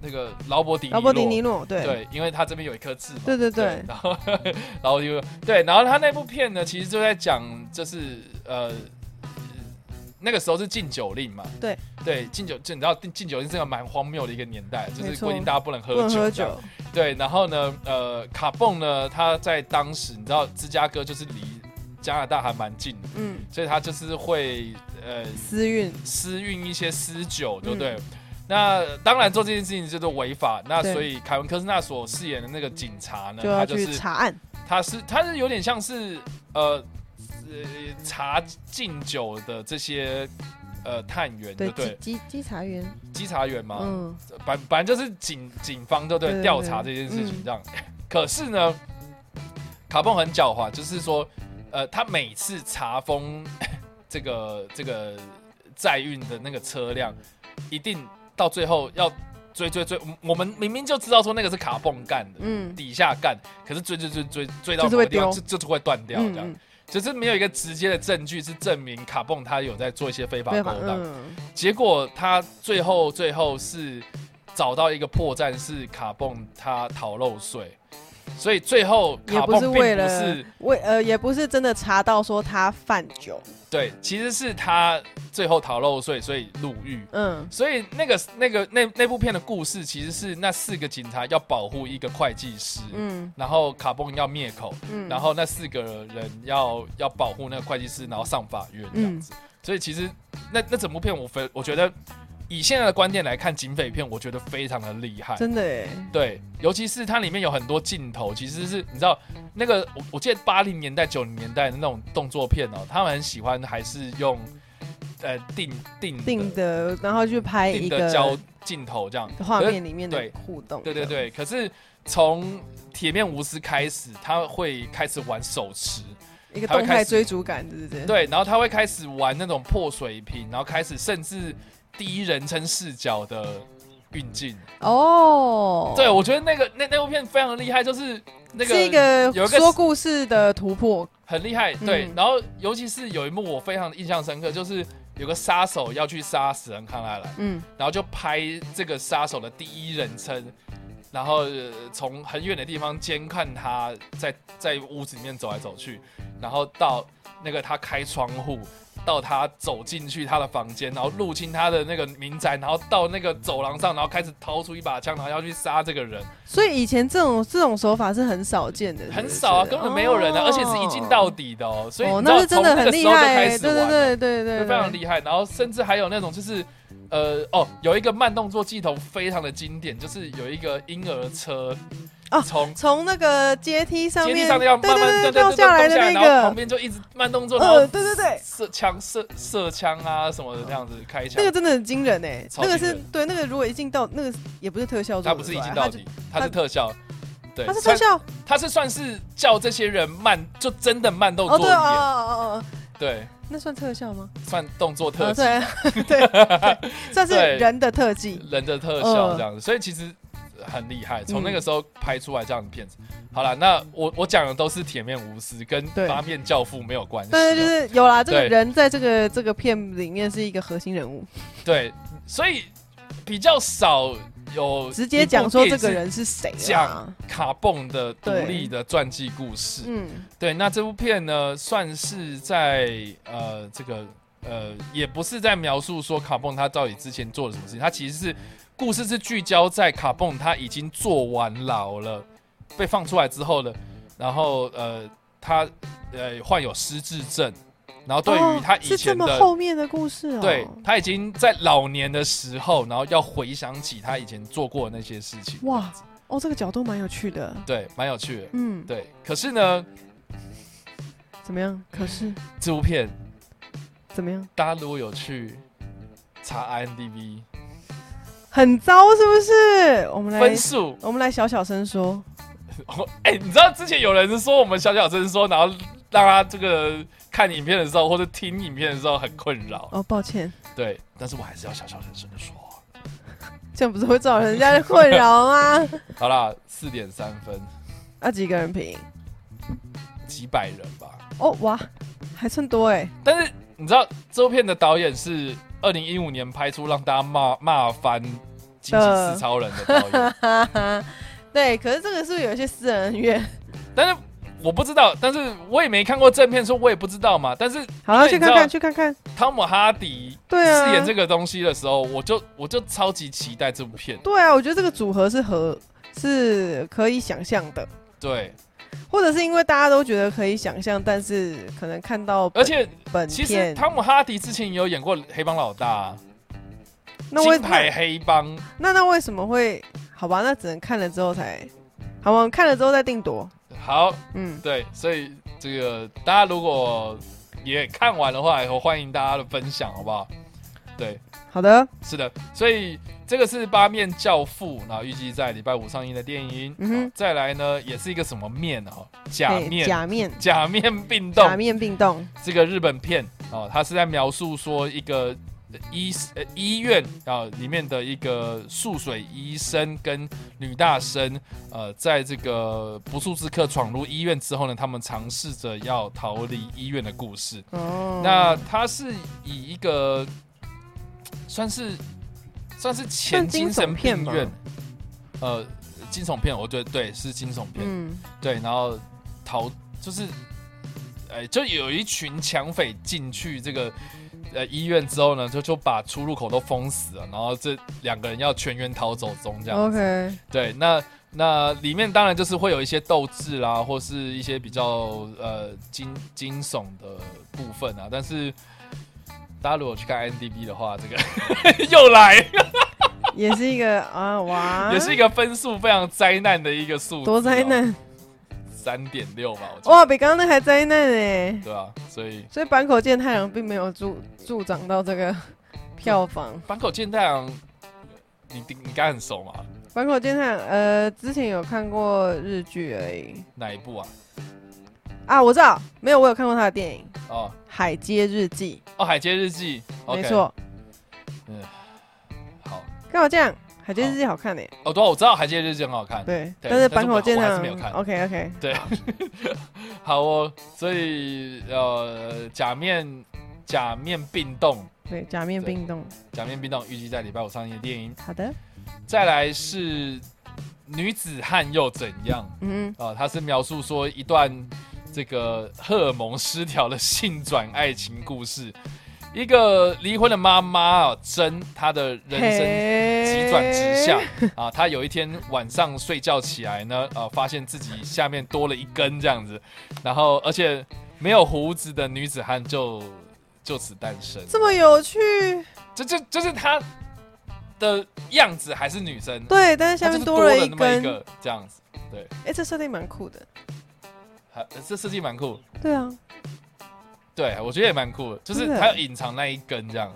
S1: 那个劳勃迪
S2: 劳勃迪哦尼洛，对
S1: 对，因为他这边有一颗痣嘛。
S2: 对对对，
S1: 然后然后就对，然后他那部片呢，其实就在讲，就是呃，那个时候是禁酒令嘛。
S2: 对
S1: 对，禁酒，就你知道禁禁酒令是个蛮荒谬的一个年代，就
S2: 没
S1: 是
S2: 错
S1: 规定大家不能喝
S2: 不
S1: 酒。
S2: 能喝酒。，
S1: 对，然后呢，呃，卡蹦呢，他在当时你知道芝加哥就是离加拿大还蛮近的，
S2: 嗯，
S1: 所以他就是会呃
S2: 私运，
S1: 私运一些私酒，对不对？那当然做这件事情就是违法，那
S2: 嗯对
S1: 所以凯文科斯纳所饰演的那个警察呢，
S2: 就
S1: 他
S2: 要
S1: 就
S2: 去
S1: 是
S2: 查案。
S1: 他是他是有点像是呃呃查禁酒的这些呃探员，对
S2: 对，
S1: 不对
S2: 稽？稽稽查员，
S1: 稽查员嘛，
S2: 嗯，
S1: 反反正就是警警方对不
S2: 对
S1: 对
S2: 对
S1: 调查这件事情
S2: 嗯
S1: 这样。 可是呢，卡蹦很狡猾，就是说呃他每次查封 这个这个载运的那个车辆，一定到最后要追追追，我们明明就知道说那个是卡蹦干的。
S2: 嗯，
S1: 底下干，可是追追追追追到
S2: 就是
S1: 某个
S2: 会
S1: 地方
S2: 丢
S1: 就就是会断掉，这样、
S2: 嗯嗯
S1: 就是没有一个直接的证据是证明卡蹦他有在做一些非法
S2: 对
S1: 勾
S2: 吧？
S1: 当。
S2: 嗯，
S1: 结果他最后最后是找到一个破绽，是卡蹦他逃漏税，所以最后
S2: 也
S1: 卡
S2: 不
S1: 蹦
S2: 是
S1: 并
S2: 为
S1: 不
S2: 了
S1: 是
S2: 为呃，也不是真的查到说他贩酒，
S1: 对，其实是他最后逃漏税，所以入狱。
S2: 嗯，
S1: 所以那个那个那那部片的故事其实是那四个警察要保护一个会计师，
S2: 嗯
S1: 然后卡蹦要灭口，
S2: 嗯，
S1: 然后那四个人要要保护那个会计师，然后上法
S2: 嗯
S1: 院这样子。所以其实那那整部片我非我觉得以现在的观点来看，警匪片我觉得非常的厉害。
S2: 真的哎，
S1: 对，尤其是它里面有很多镜头，其实是你知道那个我我记得八零年代九零年代的那种动作片哦，他们很喜欢还是用呃定定的
S2: 定的，然后去拍
S1: 定
S2: 一
S1: 的焦
S2: 个
S1: 镜头这样。
S2: 画面里面
S1: 对
S2: 的互动，
S1: 对对，对，可是从铁面无私开始，他会开始玩手持。
S2: 一个
S1: 他会
S2: 动
S1: 开
S2: 态
S1: 始
S2: 追逐感，对不对？
S1: 对，然后他会开始玩那种破水平，然后开始甚至第一人称视角的运镜。
S2: 哦，
S1: 对，我觉得那个那那部片非常厉害，就是那个
S2: 是一个
S1: 有一个
S2: 说故事的突破，
S1: 很厉害。对，
S2: 嗯
S1: 然后尤其是有一幕我非常印象深刻，就是有个杀手要去杀死人康拉莱，
S2: 嗯，
S1: 然后就拍这个杀手的第一人称。然后呃从很远的地方监看他在在屋子里面走来走去，然后到那个他开窗户，到他走进去他的房间，然后入侵他的那个民宅，然后到那个走廊上，然后开始掏出一把枪，然后要去杀这个人，
S2: 所以以前这种这种手法是很少见的，
S1: 很少啊，根本没有人啊，而且是一镜到底
S2: 底，
S1: 的哦，所以
S2: 哦
S1: 你，知
S2: 那
S1: 道
S2: 是真
S1: 从
S2: 的
S1: 那
S2: 很
S1: 个时
S2: 厉
S1: 候就
S2: 害
S1: 开
S2: 欸，
S1: 始
S2: 对
S1: 玩
S2: 对
S1: 了。
S2: 对对对，
S1: 就非常厉害。然后甚至还有那种就是，呃，哦，有一个慢动作镜头非常的经典，就是有一个婴儿车，
S2: 哦
S1: 从
S2: 从那个阶梯上
S1: 阶
S2: 面，
S1: 梯上要
S2: 对
S1: 慢慢
S2: 对
S1: 对对
S2: 对，掉
S1: 对
S2: 下来
S1: 动
S2: 的那
S1: 然后
S2: 个
S1: 旁，边就一直慢动作，然后
S2: 呃，对对对，
S1: 射枪射射枪啊什么的这样子开枪
S2: 那个。真的很惊人哎、
S1: 超
S2: 那个
S1: 惊
S2: 是
S1: 人
S2: 对那个如果一镜到那个也不是特效做
S1: 它
S2: 的，
S1: 不是一镜到底，它是特效。对，
S2: 它是特
S1: 算，
S2: 效
S1: 它是算是叫这些人慢，就真的慢动
S2: 哦，
S1: 作
S2: 对哦哦
S1: 演，
S2: 哦哦，哦
S1: 对，
S2: 那算特效吗？
S1: 算动作特
S2: 哦
S1: 技，
S2: 对 对，算是
S1: 对
S2: 人的特技，
S1: 人的特效
S2: 嗯
S1: 这样子，所以其实很厉害。从那个时候拍出来这样的片子，好了，那我我讲的都是铁面无私，跟
S2: 对
S1: 八面教父没有关系哦。
S2: 但是就是有啦，这个
S1: 对
S2: 人在这个这个片里面是一个核心人物，
S1: 对，所以比较少有
S2: 直接讲说这个
S1: 一部
S2: 人是谁啊
S1: 讲？片是卡蹦的独
S2: 对
S1: 立的传记故事。
S2: 嗯，
S1: 对，那这部片呢，算是在呃这个呃，也不是在描述说卡蹦他到底之前做了什么事情，他其实是故事是聚焦在卡蹦他已经坐完牢了，被放出来之后呢，然后呃他呃患有失智症，然后对于
S2: 哦
S1: 他以
S2: 是这
S1: 前
S2: 么
S1: 的、
S2: 后面的故事哦，
S1: 对他已经在老年的时候，然后要回想起他以前做过的那些事情，
S2: 哇，哦，这个角度蛮有趣的，
S1: 对，蛮有趣的。
S2: 嗯，
S1: 对，可是呢，
S2: 怎么样？可是
S1: 这部片
S2: 怎么样？
S1: 大家如果有去查 IMDB
S2: 很糟是不是？我们来
S1: 分数，
S2: 我们来小小声说，
S1: 哎、你知道之前有人是说我们小小声说，然后让他这个看影片的时候或者听影片的时候很困扰，
S2: 哦，抱歉，
S1: 对，但是我还是要小小声声的说，
S2: 这样不是会造成人家的困扰吗？
S1: 好啦，四点三分，
S2: 啊，几个人评？
S1: 几百人吧，
S2: 哦，哇，还算多哎，
S1: 但是你知道这部片的导演是二零一五年拍出让大家骂骂翻。惊奇四超人的导演，
S2: 哈哈。 对，可是这个是不是有一些私人恩怨？
S1: 但是我不知道，但是我也没看过正片，所以我也不知道嘛。但是
S2: 好了，
S1: 因为
S2: 去
S1: 你知
S2: 看
S1: 道
S2: 看，去看看。
S1: 汤姆哈迪
S2: 对啊
S1: 饰演这个东西的时候，我就我就超级期待这部片。
S2: 对啊，我觉得这个组合是合是可以想象的，
S1: 对，
S2: 或者是因为大家都觉得可以想象，但是可能看到本
S1: 而且
S2: 本
S1: 其实
S2: 片，
S1: 汤姆哈迪之前也有演过《黑帮老大》
S2: 那为
S1: 金牌啊黑帮，
S2: 那那为什么会？好吧，那只能看了之后才，好吧，我们看了之后再定夺。
S1: 好，
S2: 嗯，
S1: 对，所以这个大家如果也看完的话，我欢迎大家的分享，好不好？对，
S2: 好的，
S1: 是的，所以这个是《八面教父》，然后预计在礼拜五上映的电影。
S2: 嗯哼
S1: 好再来呢，也是一个什么面哦？假
S2: 嘿
S1: 面，
S2: 假面，
S1: 假面病
S2: 假
S1: 动，
S2: 面病动，
S1: 这个日本片哦，它是在描述说一个呃医呃医院啊、里面的一个素水医生跟女大生，呃，在这个不速之客闯入医院之后呢，他们尝试着要逃离医院的故事。
S2: 哦，
S1: 那它是以一个算是算是前
S2: 算惊
S1: 精神
S2: 悚片
S1: 病
S2: 吧
S1: 院，呃，惊悚片，我觉得对是惊悚片，
S2: 嗯，
S1: 对，然后逃就是，哎、就有一群抢匪进去这个呃医院之后呢，就就把出入口都封死了，然后这两个人要全员逃走中这样子。
S2: OK，
S1: 对，那那里面当然就是会有一些斗志啦，或是一些比较呃惊惊悚的部分啊，但是。大家如果去看 NDB 的话，这个 又来，
S2: 也是一个啊哇，
S1: 也是一个分数非常灾难的一个哦数字、啊
S2: 多灾，难
S1: 三点六吧，我记得
S2: 哇，比刚刚那还灾难哎。
S1: 对啊，所以
S2: 所以坂口健太郎并没有助助长到这个票房。
S1: 坂口健太郎，你你你该很熟嘛？
S2: 坂口健太郎呃，之前有看过日剧而已
S1: 哪一部啊？
S2: 啊，我知道，没有，我有看过他的电影《
S1: 哦
S2: 海街日记
S1: 哦，《海街日记》OK，
S2: 没，错。
S1: 好
S2: 干嘛这样？《海街日记》好看呢、欸
S1: 哦，对啊，我知道《海街日记》很好看。
S2: 对，
S1: 对
S2: 但是坂口
S1: 但是
S2: 健
S1: 我
S2: 太
S1: 还是没有看
S2: 郎 OK OK，
S1: 对， 好哦，所以呃，假面假面病动，
S2: 对，假面
S1: 对
S2: 冰冻，
S1: 假面病动预计在礼拜五上映的电影，
S2: 好的，
S1: 再来是女子汉又怎样
S2: 嗯，
S1: 啊、它是描述说一段这个荷尔蒙失调的性转爱情故事。一个离婚的妈妈啊，珍她的人生急转直下
S2: 嘿，
S1: 啊，她有一天晚上睡觉起来呢，啊，发现自己下面多了一根这样子，然后而且没有胡子的女子汉就就此诞生，
S2: 这么有趣，
S1: 这这就是她的样子还是女生，
S2: 对，但是
S1: 她
S2: 下
S1: 啊就是
S2: 面
S1: 多
S2: 了
S1: 那么一
S2: 根，
S1: 个这样子，对，
S2: 哎，这设定蛮酷的。
S1: 还这设计蛮酷，
S2: 对啊，
S1: 对我觉得也蛮酷的，就是
S2: 真的
S1: 它有隐藏那一根这样，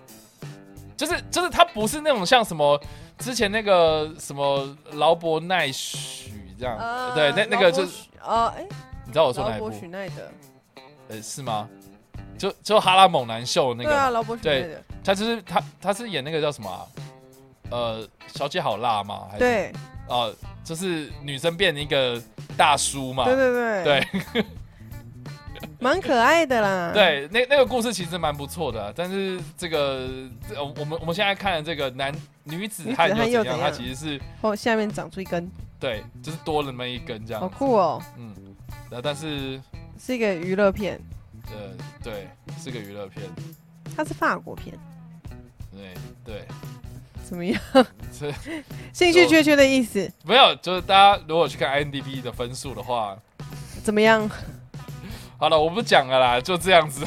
S1: 就是就是它不是那种像什么之前那个什么劳勃奈许这样，
S2: 呃
S1: 对，那那个就
S2: 劳勃
S1: 是
S2: 许呃，哎，
S1: 你知道我说哪
S2: 劳
S1: 一
S2: 勃
S1: 部？
S2: 许奈德，
S1: 呃，是吗？就就哈拉猛男秀那
S2: 对
S1: 个，
S2: 啊，劳勃许奈
S1: 对
S2: 德，
S1: 他就是他他是演那个叫什么、啊？呃，小姐好辣吗？还是
S2: 对
S1: 哦、就是女生变一个大叔嘛。
S2: 对对对，
S1: 对
S2: 蛮可爱的啦。，
S1: 对，那那个故事其实蛮不错的啊、但是这个这呃我们我们现在看的这个男女子汉
S2: 女子汉
S1: 又
S2: 又
S1: 怎样？
S2: 怎
S1: 它
S2: 样
S1: 其实是
S2: 后哦下面长出一根，
S1: 对，就是多了那么一根这样。
S2: 好酷哦，
S1: 嗯，那但是
S2: 是一个娱乐片，
S1: 呃，对，是个娱乐片，
S2: 它是法国片，
S1: 对对，
S2: 怎么样？
S1: 是
S2: 兴趣缺缺的意思，
S1: 没有，就是大家如果去看 IMDB 的分数的话，
S2: 怎么样？
S1: 好了，我不讲了啦，就这样子，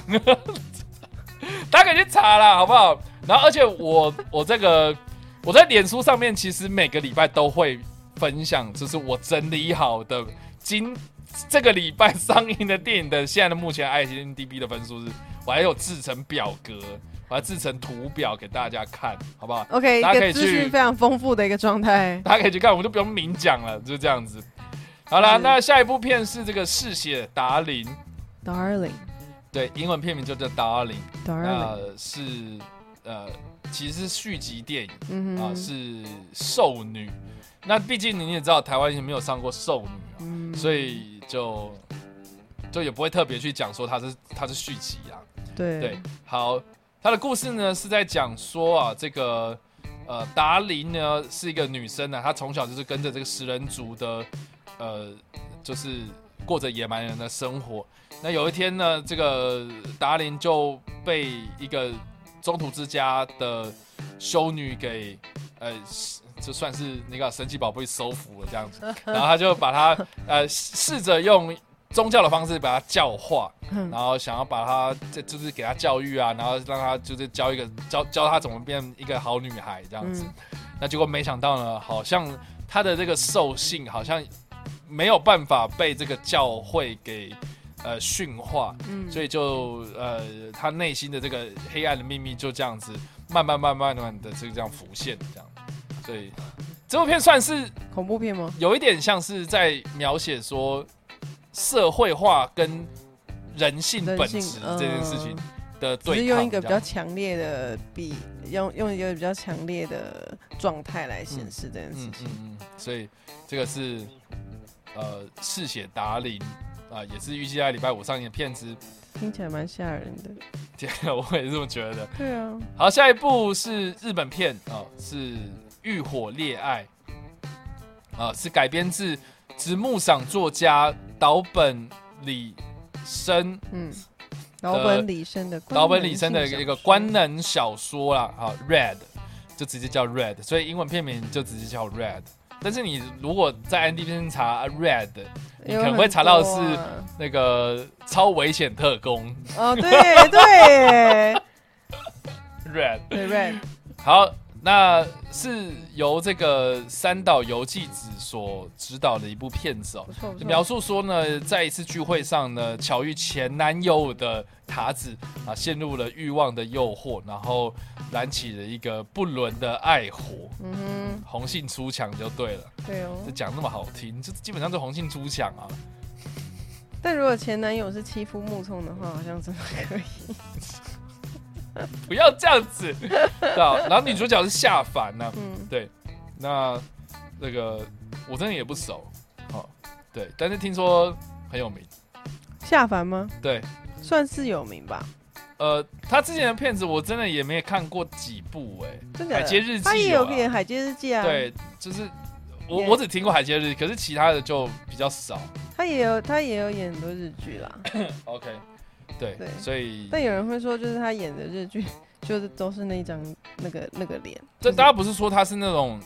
S1: 大家可以去查啦，好不好？然后，而且我 我这个我在脸书上面，其实每个礼拜都会分享，就是我整理好的今这个礼拜上映的电影的现在的目前 IMDB 的分数是，我还有制成表格，我还制成图表给大家看，好不好？
S2: OK，一
S1: 大家可以
S2: 个
S1: 去
S2: 资讯非常丰富的一个状态。
S1: 大家可以去看，我们就不用明讲了，就这样子。好啦，
S2: 是
S1: 那下一部片是这个《嗜血达林》，
S2: Darling，Darling，
S1: 对，英文片名就叫《达林》，那是呃，其实是续集电影
S2: 嗯
S1: 啊、
S2: 哼，
S1: 是兽女。那毕竟你也知道，台湾也没有上过兽女啊，
S2: 嗯
S1: 所以就就也不会特别去讲说它是它是续集啊。
S2: 对
S1: 对，好，他的故事呢是在讲说啊，这个呃达林呢是一个女生呢、她从小就是跟着这个食人族的呃，就是过着野蛮人的生活。那有一天呢，这个达林就被一个中途之家的修女给呃，就算是那个神奇宝贝收服了这 样子，然后他就把她呃试着用宗教的方式把她教化，
S2: 嗯
S1: 然后想要把她这就是给她教育啊，然后让她就是教一个教教她怎么变一个好女孩这样子。
S2: 嗯
S1: 那结果没想到呢，好像她的这个兽性好像没有办法被这个教会给呃驯化，
S2: 嗯
S1: 所以就呃，他内心的这个黑暗的秘密就这样子慢慢慢慢慢的就这样浮现，这样。所以这部片算是
S2: 恐怖片吗？
S1: 有一点像是在描写说社会化跟人性
S2: 人
S1: 本
S2: 性
S1: 质这件事情
S2: 嗯
S1: 的
S2: 只
S1: 对
S2: 是
S1: 抗，
S2: 用一个比
S1: 这
S2: 较
S1: 样
S2: 强烈的比，用用一个比较强烈的状态来显示这件事
S1: 嗯
S2: 情。
S1: 嗯嗯，所以这个是呃嗜血达林啊、也是预计在礼拜五上映的片子，
S2: 听起来蛮吓人的。
S1: 天啊，我也这么觉得。
S2: 对啊，
S1: 好，下一部是日本片啊、哦是《浴火恋爱》啊、是改编自直木赏作家岛本李生
S2: 嗯，老本李生的
S1: 岛呃本李生的一个官
S2: 关
S1: 能小说啦，啊，Red 就直接叫 Red，所以英文片名就直接叫 Red。但是你如果在 i n d b 上查啊 Red，你可能会查到是那个超危险特工
S2: 啊哦，对对
S1: Red。
S2: 对 Red，
S1: 好，那是由这个三岛由纪子所执导的一部片子哦
S2: 不。错不
S1: 描
S2: 错，
S1: 述说呢，在一次聚会上呢，巧遇前男友的塔子啊，陷入了欲望的诱惑，然后燃起了一个不伦的爱火，
S2: 嗯
S1: 红杏出墙就对了。
S2: 哼，对哦
S1: 这。讲那么好听，这基本上就红杏出墙啊。
S2: 但如果前男友是欺负木聪的话，好像真的可以。
S1: 不要这样子， 对啊然后女主角是下凡啊呢、
S2: 嗯，
S1: 对，那那个我真的也不熟，哦，对，但是听说很有名，
S2: 下凡吗？
S1: 对，
S2: 算是有名吧，
S1: 呃，他之前的片子我真的也没看过几部、
S2: 真的。
S1: 哎，《海街日记
S2: 他也》
S1: 有
S2: 有
S1: 啊
S2: 演《海街日记》啊，，
S1: 对，就是我
S2: 也
S1: 我只听过《海街日记》，可是其他的就比较少。
S2: 他也有他也有演很多日剧啦。
S1: OK，对，
S2: 对
S1: 所以
S2: 但有人会说，就是他演的日剧，就是都是那张那个那个脸，
S1: 这
S2: 就是
S1: 大家不是说他是那种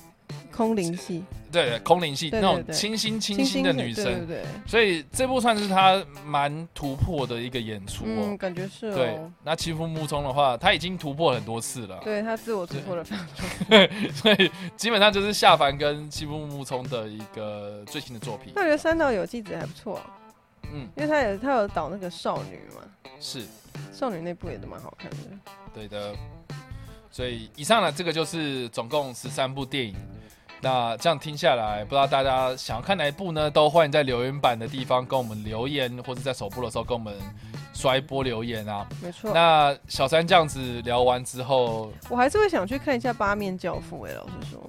S2: 空灵系，
S1: 对空灵系
S2: 对对
S1: 那种
S2: 对
S1: 清新清新的女
S2: 对对
S1: 生，
S2: 对，
S1: 所以这部算是她蛮突破的一个演出
S2: 嗯，
S1: 哦。
S2: 感觉是
S1: 对
S2: 哦，，
S1: 那欺负木聪的话，他已经突破很多次了，
S2: 对他自我突破了非常多，
S1: 所以 基本上就是下凡跟欺负木聪的一个最新的作品
S2: 那。我觉得三岛有纪子还不错、
S1: 嗯，
S2: 因为他有他有导那个少女嘛，
S1: 是
S2: 少女那部也都蛮好看的。
S1: 对的。所以以上呢，这个就是总共十三部电影。那这样听下来，不知道大家想要看哪一部呢？都欢迎在留言板的地方跟我们留言，或者在首播的时候跟我们刷一波留言啊。
S2: 没错，
S1: 那小三这样子聊完之后，
S2: 我还是会想去看一下《八面教父、欸》哎，老实说，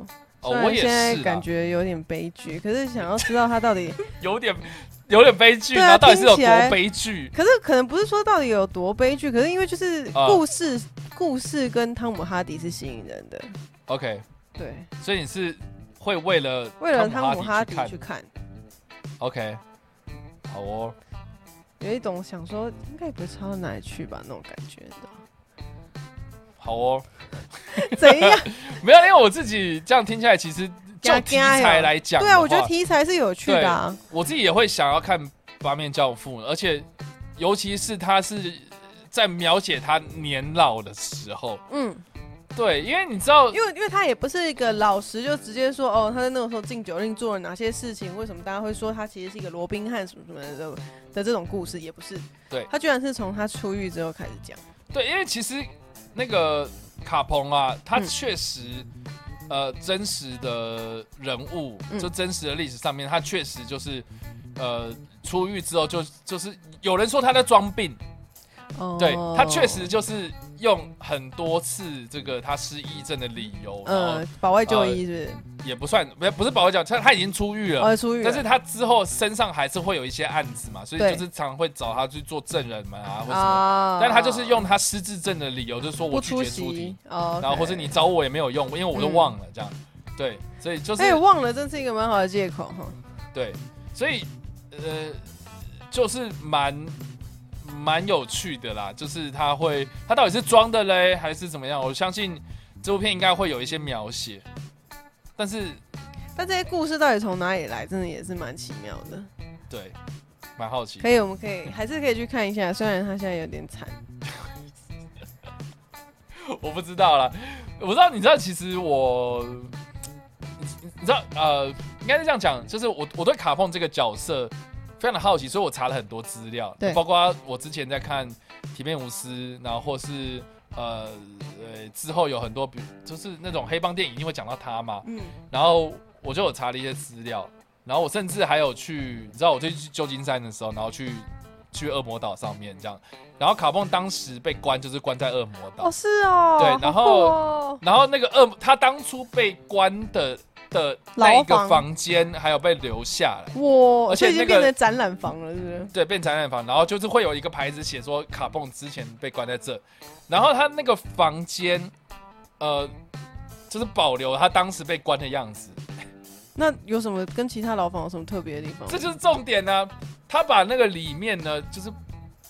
S1: 哦，
S2: 虽
S1: 我
S2: 然
S1: 也
S2: 现在
S1: 是啦
S2: 感觉有点悲剧，可是想要知道他到底，
S1: 有点 有点悲剧，
S2: 对啊
S1: 然后到底是有
S2: 听起
S1: 多
S2: 来
S1: 悲剧？
S2: 可是可能不是说到底有多悲剧，可是因为就是
S1: 啊
S2: 故事、故事跟汤姆哈迪是吸引人的，
S1: OK，
S2: 对，
S1: 所以你是会为了
S2: 为了汤姆哈
S1: 迪
S2: 迪
S1: 看
S2: 去看，
S1: OK，好哦，
S2: 有一种想说应该也不会差到哪里去吧那种感觉，你知道吗
S1: 好哦，
S2: 怎样？
S1: 没有，因为我自己这样听下来，其实就
S2: 加
S1: 题
S2: 加油
S1: 材来讲的
S2: 对
S1: 话，
S2: 啊，我觉得题材是有趣的啊，
S1: 我自己也会想要看《八面教父》，而且尤其是他是在描写他年老的时候，
S2: 嗯。
S1: 对，因为你知道，
S2: 因为因为他也不是一个老实就直接说哦，他在那个时候禁酒令做了哪些事情，为什么大家会说他其实是一个罗宾汉什么什么的的这种故事，也不是。
S1: 对
S2: 他居然是从他出狱之后开始讲。
S1: 对，因为其实那个卡彭啊，他
S2: 嗯
S1: 确实、呃真实的人物，
S2: 嗯
S1: 就真实的历史上面，他确实就是呃出狱之后就就是有人说他在装病，
S2: 哦
S1: 对他确实，就是用很多次这个他失忆症的理由，
S2: 呃
S1: 嗯，，
S2: 保外就医是不是？
S1: 也不算不不是保讲，他他已经出狱了。
S2: 哦，出狱了。
S1: 但是他之后身上还是会有一些案子嘛，所以
S2: 对
S1: 就是常会找他去做证人嘛啊，或什么。
S2: 啊
S1: 但他就是用他失智症的理由，就是说我
S2: 不
S1: 拒
S2: 出
S1: 绝出庭
S2: 席，哦，
S1: 然后或是你。找我也没有用，因为我都忘了这样。对，所以就是、
S2: 嗯哎，忘了，真是一个蛮好的借口哈。
S1: 对，所以呃，就是蛮蛮有趣的啦，就是他会他到底是装的嘞，还是怎么样？我相信这部片应该会有一些描写，但是
S2: 但这些故事到底从哪里来，真的也是蛮奇妙的。
S1: 对，蛮好奇
S2: 可。以，我们可以还是可以去看一下，虽然他现在有点惨。
S1: 我不知道啦，我知道，你知道，其实我，你你知道，呃，应该是这样讲，就是我我对卡碰这个角色非常的好奇，所以我查了很多资料，
S2: 对
S1: 包括我之前在看《体面无私》，然后或是呃呃之后有很多，比就是那种黑帮电影一定会讲到他嘛，
S2: 嗯，
S1: 然后我就有查了一些资料，然后我甚至还有去，你知道我就去旧金山的时候，然后去去恶魔岛上面这样，然后卡碰当时被关就是关在恶魔岛
S2: 哦，。是哦，
S1: 对
S2: 好
S1: 然后
S2: 酷哦
S1: 然后那个恶魔，他当初被关的的那一个
S2: 牢房
S1: 房间，还有被留下来，
S2: 哇，
S1: 而且
S2: 所以已
S1: 那
S2: 经
S1: 个
S2: 变成展览房了，是不是？
S1: 对，变展览房，然后就是会有一个牌子写说卡蹦之前被关在这，然后他那个房间，呃，就是保留他当时被关的样子，
S2: 那有什么跟其他牢房有什么特别的地方？
S1: 这就是重点呢、他把那个里面呢，就是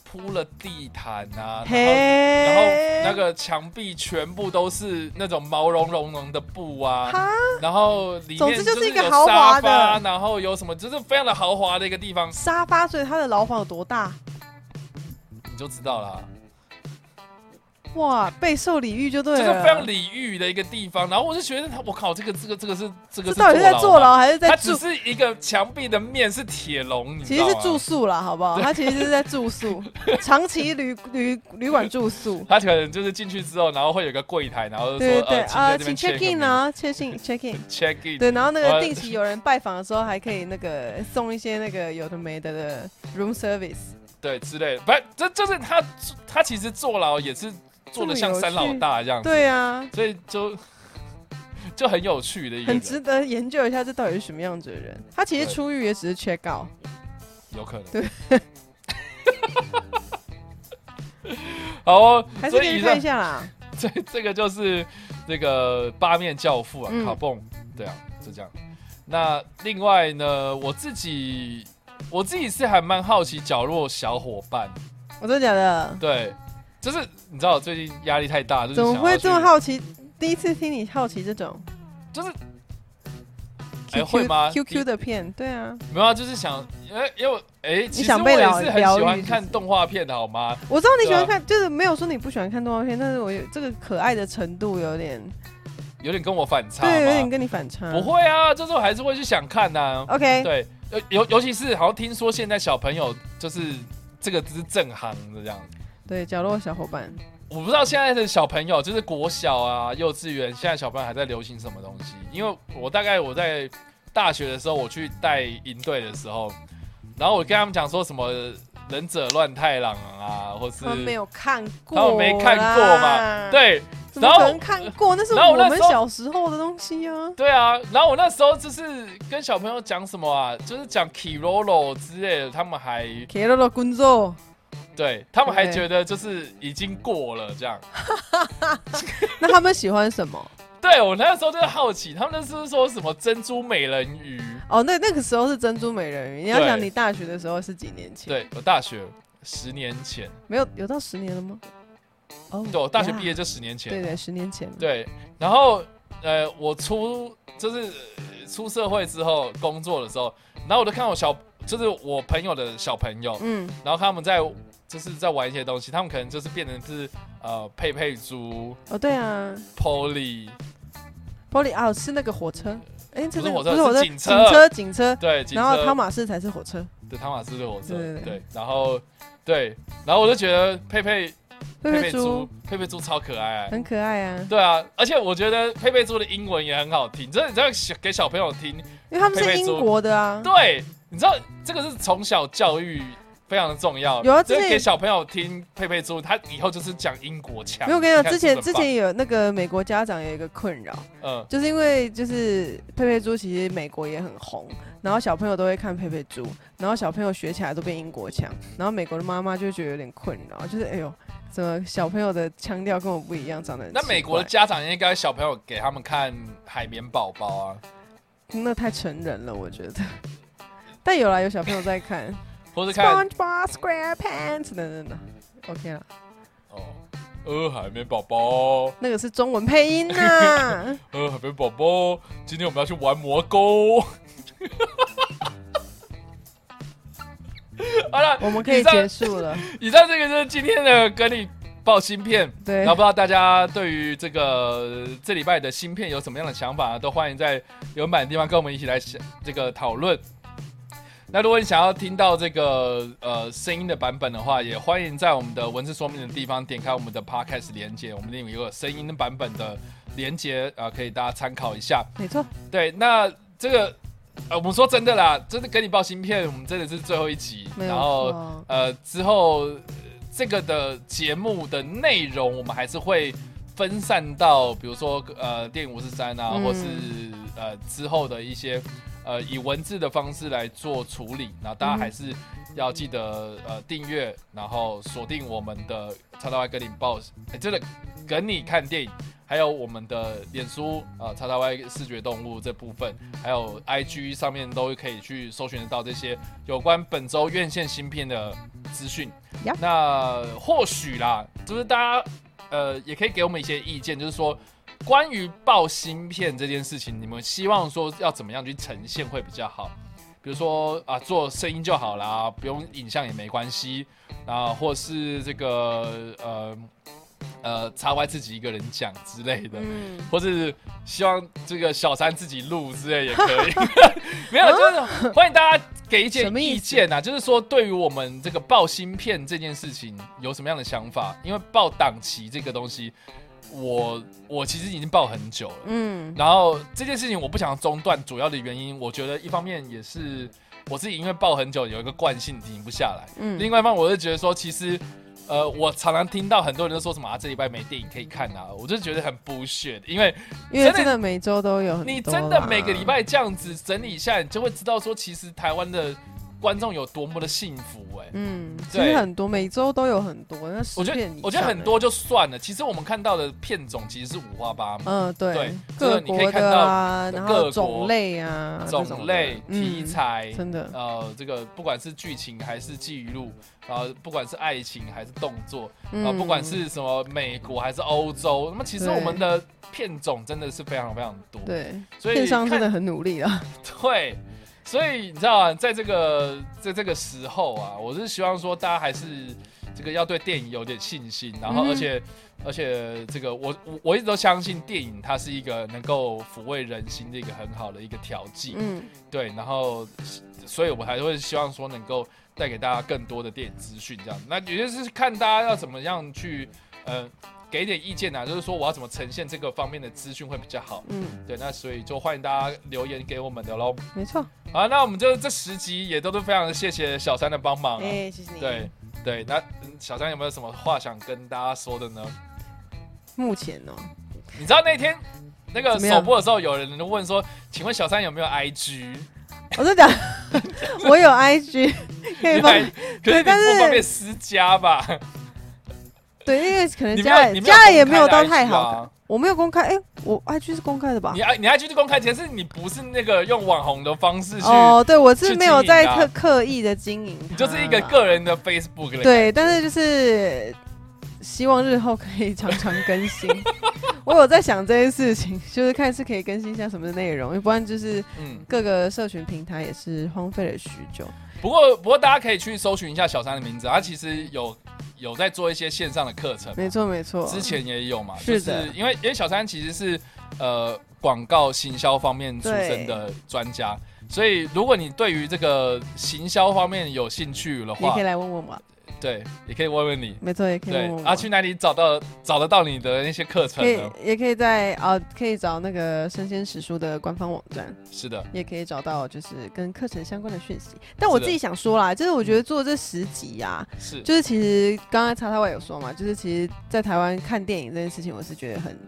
S1: 铺了地毯啊，然后
S2: 嘿，
S1: 然后那个墙壁全部都是那种毛茸茸茸的布啊，
S2: 哈，
S1: 然后里
S2: 总
S1: 面
S2: 之
S1: 就
S2: 就是一个
S1: 有
S2: 豪华
S1: 沙发
S2: 的
S1: 然后有什么就是非常的豪华的一个地方，
S2: 沙发，所以它的牢房有多大？
S1: 你就知道啦，
S2: 哇，备受礼遇就
S1: 就
S2: 对
S1: 是
S2: 啊了，
S1: 非常礼遇的一个地方。然后我就觉得他，我靠，这个这个这个是这个
S2: 这
S1: 是
S2: 到底是在
S1: 坐
S2: 坐
S1: 牢吗，
S2: 牢还是
S1: 它
S2: 在
S1: 只
S2: 住？
S1: 是一个墙壁的面是铁笼，你
S2: 其
S1: 知道啊
S2: 实
S1: 吗
S2: 是住，宿啦，好不好？他其实是在 住宿，长期旅旅旅馆住宿。
S1: 他可能就是进去之后，然后会有一个柜台，然后就
S2: 对
S1: 说
S2: 对对，
S1: 呃，
S2: 啊，
S1: 请在
S2: 请
S1: 这边
S2: check in 啊，check in check in。
S1: ，check in，
S2: 对，然后那
S1: 我
S2: 个定期有人拜访的时候，还可以那个送一些那个有的没的的 room service。
S1: 对之类的，反正这就是他他其实坐牢也是做的像三老大这样子，
S2: 对啊，
S1: 所以就 就很有趣的一个
S2: 很
S1: 人，
S2: 值得研究一下这到底是什么样子的人。他其实
S1: 对
S2: 出狱也只是 check out，
S1: 有可能
S2: 对。
S1: 好哦，
S2: 还是
S1: 所
S2: 可
S1: 以
S2: 以
S1: 以
S2: 去看
S1: 上
S2: 一下啦。
S1: 这这个就是这个八面教父啊，
S2: 嗯
S1: 卡蹦，对啊，就这样。那另外呢，我自己我自己是还蛮好奇角落小伙伴，
S2: 我真的假的？
S1: 对，就是你知道我最近压力太大，就是
S2: 怎么
S1: 想要
S2: 会这么
S1: 去
S2: 好奇？第一次听你好奇这种，
S1: 就是哎
S2: QQ
S1: 会吗
S2: QQ 的片，对啊，
S1: 没有啊，就是想，哎、因为我哎、其实
S2: 想
S1: 我
S2: 被
S1: 也
S2: 疗
S1: 是很
S2: 疗
S1: 喜
S2: 愈
S1: 欢
S2: 是不
S1: 看
S2: 是
S1: 动画片的好吗？
S2: 我知道你喜
S1: 对
S2: 欢
S1: 啊
S2: 看，就是没有说你不喜欢看动画片，但是我有这个可爱的程度有点，
S1: 有点跟我反差
S2: 对，有点
S1: 吗？
S2: 跟你反差。
S1: 不会啊，就是我还是会去想看呐、
S2: ，OK，
S1: 对，尤尤尤其是好像听说现在小朋友就是这个是正行的这样，
S2: 对，角落小伙伴，
S1: 我不知道现在的小朋友就是国小啊、幼稚园，现在小朋友还在流行什么东西？因为我大概我在大学的时候，我去带营队的时候，然后我跟他们讲说什么忍者乱太郎啊，或是
S2: 他们没有看过，啊
S1: 他们没看过嘛，，对。
S2: 怎么可能看过？那是
S1: 然后
S2: 我
S1: 我那
S2: 们
S1: 时候
S2: 小时候的东西啊。
S1: 对啊，然后我那时候就是跟小朋友讲什么啊，就是讲 Kirolo 之类的，他们还
S2: k i r o 工作，
S1: 对他们还
S2: 对
S1: 觉得就是已经过了这样。
S2: 那他们喜欢什么？
S1: 对我那时候就是好奇，他们那时候说什么珍珠美人鱼？
S2: 哦，那那个时候是珍珠美人鱼。你要
S1: 对
S2: 想，你大学的时候是几年前？，
S1: 对我大学十年前，
S2: 没有有到十年了吗？哦，
S1: 对我大学毕业
S2: 呀，
S1: 就十年前，
S2: 对嗯对，十年前。，
S1: 对然后呃，我出就是呃出社会之后工作的时候，然后我就看我小就是我朋友的小朋友，
S2: 嗯，
S1: 然后他们在就是在玩一些东西，他们可能就是变成是呃佩佩猪、
S2: 哦对啊
S1: Polly，
S2: ，Polly 啊是那个火车，哎，
S1: 嗯不
S2: 这
S1: 是
S2: 个
S1: 火
S2: 不是
S1: 车
S2: 火
S1: 是
S2: 车，
S1: 警
S2: 警
S1: 车
S2: 车警车，
S1: 对，警
S2: 然后
S1: 车
S2: 汤马士才是火车，
S1: 对汤马斯对火车，
S2: 对对对
S1: 对，然后对，然后我就觉得佩佩
S2: 佩
S1: 佩
S2: 佩
S1: 猪
S2: 猪
S1: 佩佩猪超可爱、
S2: 很可爱啊，
S1: 对啊，而且我觉得佩佩猪的英文也很好听，真的，你知道小给小朋友听，
S2: 因为他们
S1: 佩
S2: 是
S1: 佩猪
S2: 英国的啊，
S1: 对，你知道这个是从小教育非常的重要。
S2: 有啊
S1: 就是
S2: 之前
S1: 给小朋友听佩佩猪，他以后就是讲英国腔。
S2: 没有，我跟你讲，
S1: 看
S2: 之
S1: 是
S2: 前
S1: 不是
S2: 之
S1: 很棒，
S2: 前有那个美国家长有一个困扰，
S1: 嗯，
S2: 就是因为就是佩佩猪其实美国也很红，然后小朋友都会看佩佩猪，然后小朋友学起来都变英国腔，然后美国的妈妈就会觉得有点困扰，就是哎呦，怎么小朋友的腔调跟我不一样，长得很
S1: 那
S2: 奇
S1: 美国的
S2: 怪
S1: 家长应该小朋友给他们看海绵宝宝啊，
S2: 那太成人了，我觉得。 但有啦，有小朋友在看
S1: 或是看
S2: SpongeBob SquarePants 等等等，OK 啦，
S1: 哦，呃，海绵宝宝，
S2: 那个是中文配音呐、
S1: 呃，海绵宝宝，今天我们要去玩魔钩。 好了，
S2: 我们可以
S1: 以上
S2: 结束了。
S1: 以上这个就是今天的跟你报芯片。
S2: 对
S1: 然后，不知道大家对于这个呃这礼拜的芯片有什么样的想法、都欢迎在留言板的地方跟我们一起来想这个讨论。那如果你想要听到这个呃声音的版本的话，也欢迎在我们的文字说明的地方点开我们的 podcast 连接，我们另有一个声音版本的连接啊、呃可以大家参考一下。
S2: 没错，
S1: 对，那这个呃，我们说真的啦，真的跟你报芯片，我们真的是最后一集，
S2: 没有
S1: 然后
S2: 错。
S1: 呃，之后呃这个的节目的内容，我们还是会分散到，比如说呃，电影五十三啊，
S2: 嗯
S1: 或是呃之后的一些呃以文字的方式来做处理。然后大家
S2: 嗯
S1: 还是要记得呃订阅，然后锁定我们的叉叉 Y 跟你报，哎真的跟你看电影。还有我们的脸书呃叉叉 Y 视觉动物这部分，还有 IG 上面都可以去搜寻得到这些有关本周院线新片的资讯。
S2: Yep
S1: 那或许啦，就是大家呃也可以给我们一些意见，就是说关于报芯片这件事情，你们希望说要怎么样去呈现会比较好？比如说啊，做声音就好啦，不用影像也没关系啊，或是这个呃呃，叉 Y 自己一个人讲之类的，
S2: 嗯，
S1: 或是希望这个小三自己录之类也可 以。没有，就是欢迎大家给一些
S2: 啊什么意
S1: 意
S2: 思
S1: 见啊，就是说对于我们这个报芯片这件事情有什么样的想法？因为报档期这个东西，我我其实已经报很久了。
S2: 嗯，
S1: 然后这件事情我不想中断，主要的原因我觉得一方面也是我自己因为报很久有一个惯性停不下来，
S2: 嗯
S1: 另外一方面我就觉得说其实。呃，我常常听到很多人都说什么啊，这礼拜没电影可以看啊，我就觉得很 bullshit，因为
S2: 因为
S1: 真的
S2: 真的每 周都有很多啦，啊
S1: 你真的每个礼拜这样子整理一下，你就会知道说，其实台湾的观众有多么的幸福哎、
S2: 嗯，其
S1: 对
S2: 实很多，每周都有很多，那十
S1: 我觉
S2: 片
S1: 得
S2: 以
S1: 我觉得
S2: 上
S1: 很
S2: 欸。
S1: 多就算了，其实我们看到的片种其实是五花八门。
S2: 嗯，对
S1: 对，
S2: 各
S1: 就是你可以
S2: 国
S1: 看
S2: 的
S1: 到
S2: 啊，然
S1: 各
S2: 后
S1: 国
S2: 种类啊，这种
S1: 种
S2: 的
S1: 类、
S2: 嗯
S1: 题材，
S2: 真的，
S1: 呃，这个不管是剧情还是记录，然后不管是爱情还是动作，啊、
S2: 嗯
S1: 不管是什么美国还是欧洲，那么其实
S2: 对
S1: 我们的片种真的是非常非常多，，
S2: 嗯对，
S1: 所以
S2: 电商
S1: 看
S2: 真的很努力啊，
S1: 对，所以你知道啊，在这个在这个时候啊，我是希望说大家还是这个要对电影有点信心，然后
S2: 嗯哼
S1: 而且、而且这个我我我一直都相信电影它是一个能够抚慰人心的一个很好的一个调剂，
S2: 嗯，
S1: 对，然后所以我还会希望说能够带给大家更多的电影资讯，这样。那也就是看大家要怎么样去呃给点意见啊，就是说我要怎么呈现这个方面的资讯会比较好。
S2: 嗯，
S1: 对，那所以就欢迎大家留言给我们的喽。
S2: 没错，
S1: 好，那我们就这十集也都是非常地谢谢小三的帮忙、啊。
S2: 哎，其实你
S1: 对对，那嗯小三有没有什么话想跟大家说的呢？
S2: 目前哦，
S1: 你知道那天那个
S2: 怎么样
S1: 首播的时候，有人问说，请问小三有没有 IG？
S2: 我在讲， 我有 IG 可以放，
S1: 可是你
S2: 对但是
S1: 不方便私加吧？
S2: 对，因为可能
S1: 你没有
S2: 家里
S1: 你没有
S2: 家里也没有
S1: 公开的
S2: 到太
S1: IG
S2: 好
S1: 啊
S2: 看，我没有公开，哎，我 IG 是公开的吧
S1: 你？爱你 IG 是公开，前是你不是那个用网红的方式去，
S2: 哦，对，我
S1: 去
S2: 是没有在
S1: 经营
S2: 刻
S1: 的
S2: 刻意的经营它，
S1: 你就是一个个人的 Facebook 的
S2: 对，但是就是希望日后可以常常更 新。我有在想这件事情，就是看是可以更新一下什么内容，要不然就是
S1: 嗯。
S2: 各个社群平台也是荒废了许久。
S1: 不过不过大家可以去搜寻一下小三的名字，他其实有有在做一些线上的课程，
S2: 没错，没错，
S1: 之前也有嘛，就是是
S2: 的
S1: 因为因为小三其实是呃广告行销方面出身的专家，所以如果你对于这个行销方面有兴趣的
S2: 也
S1: 话
S2: 可以，来问问我，
S1: 对，也可以问问你。
S2: 没错，也可以
S1: 对
S2: 问问，我。
S1: 啊，去哪里找到找得到你的那些课程
S2: 可以
S1: 呢？
S2: 也可以在啊、可以找那个生鲜史书的官方网站，
S1: 是的，
S2: 也可以找到就是跟课程相关的讯息。但我
S1: 是的
S2: 自己想说啦，就是我觉得做这十集啊呀、
S1: 是
S2: 就是其实刚才查他外有说嘛，就是其实，在台湾看电影这件事情，我是觉得很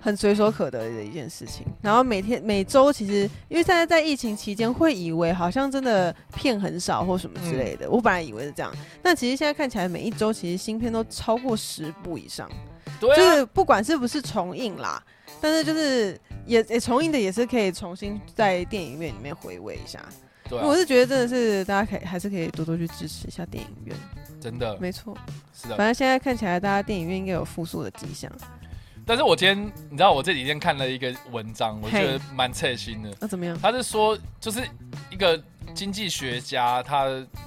S2: 很随手可得的一件事情。然后每天每周，其实因为现在在疫情期间，会以为好像真的片很少或什么
S1: 嗯
S2: 之类的。我本来以为是这样，但其实现在看起来，每一周其实新片都超过十部以上，
S1: 对
S2: 就
S1: 啊，
S2: 是不管是不是重映啦，但是就是也也重映的也是可以重新在电影院里面回味一下。
S1: 对啊
S2: 我是觉得真的是大家可以还是可以多多去支持一下电影院，
S1: 真的
S2: 没错。
S1: 是的。
S2: 反正现在看起来，大家电影院应该有复苏的迹象。
S1: 但是我今天你知道，我这几天看了一个文章，我觉得蛮刺心的。
S2: 那、怎么样？
S1: 他是说，就是一个经济学家，他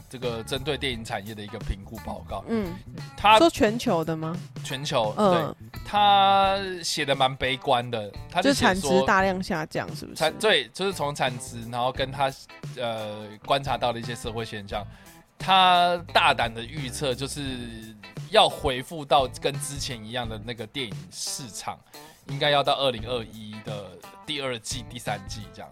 S1: 这个针对电影产业的一个评估报告，
S2: 嗯，
S1: 他
S2: 说全球的吗？
S1: 全球、
S2: 嗯，
S1: 对他写的蛮悲观的，他
S2: 就
S1: 写
S2: 产值
S1: 说
S2: 大量下降，是不是
S1: 产？对，就是从产值，然后跟他呃观察到的一些社会现象，他大胆的预测就是要回复到跟之前一样的那个电影市场，应该要到二零二一的第二季、第三季这样，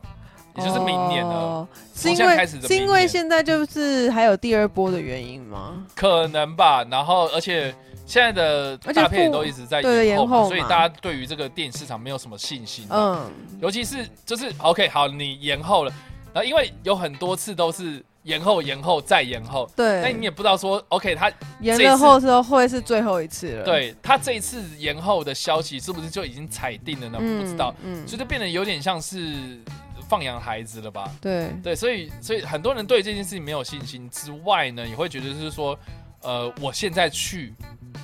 S1: 也就是明年了。
S2: 哦、是
S1: 从
S2: 因
S1: 现在开
S2: 为
S1: 始的
S2: 是
S1: 明
S2: 因为
S1: 年
S2: 现在就是还有第二波的原因吗？
S1: 可能吧。然后，而且现在的
S2: 而且
S1: 大片也
S2: 复
S1: 都一直在
S2: 对
S1: 延后嘛
S2: 延后
S1: 所以
S2: 嘛
S1: 大家对于这个电影市场没有什么信心、嗯，
S2: 嗯，
S1: 尤其是就是 OK，好，你延后了，然后因为有很多次都是延后、延后再延后，那你
S2: 对，
S1: 也不知道说 OK，他
S2: 延
S1: 这一
S2: 了
S1: 次
S2: 后之后会是最后一次了。，
S1: 对他这一次延后的消息是不是就已经踩定了呢？不知道，，
S2: 嗯
S1: 所以就变得有点像是放养孩子了吧？
S2: 对，
S1: 对，所以所以很多人对这件事情没有信心之外呢，也会觉得就是说，呃，我现在去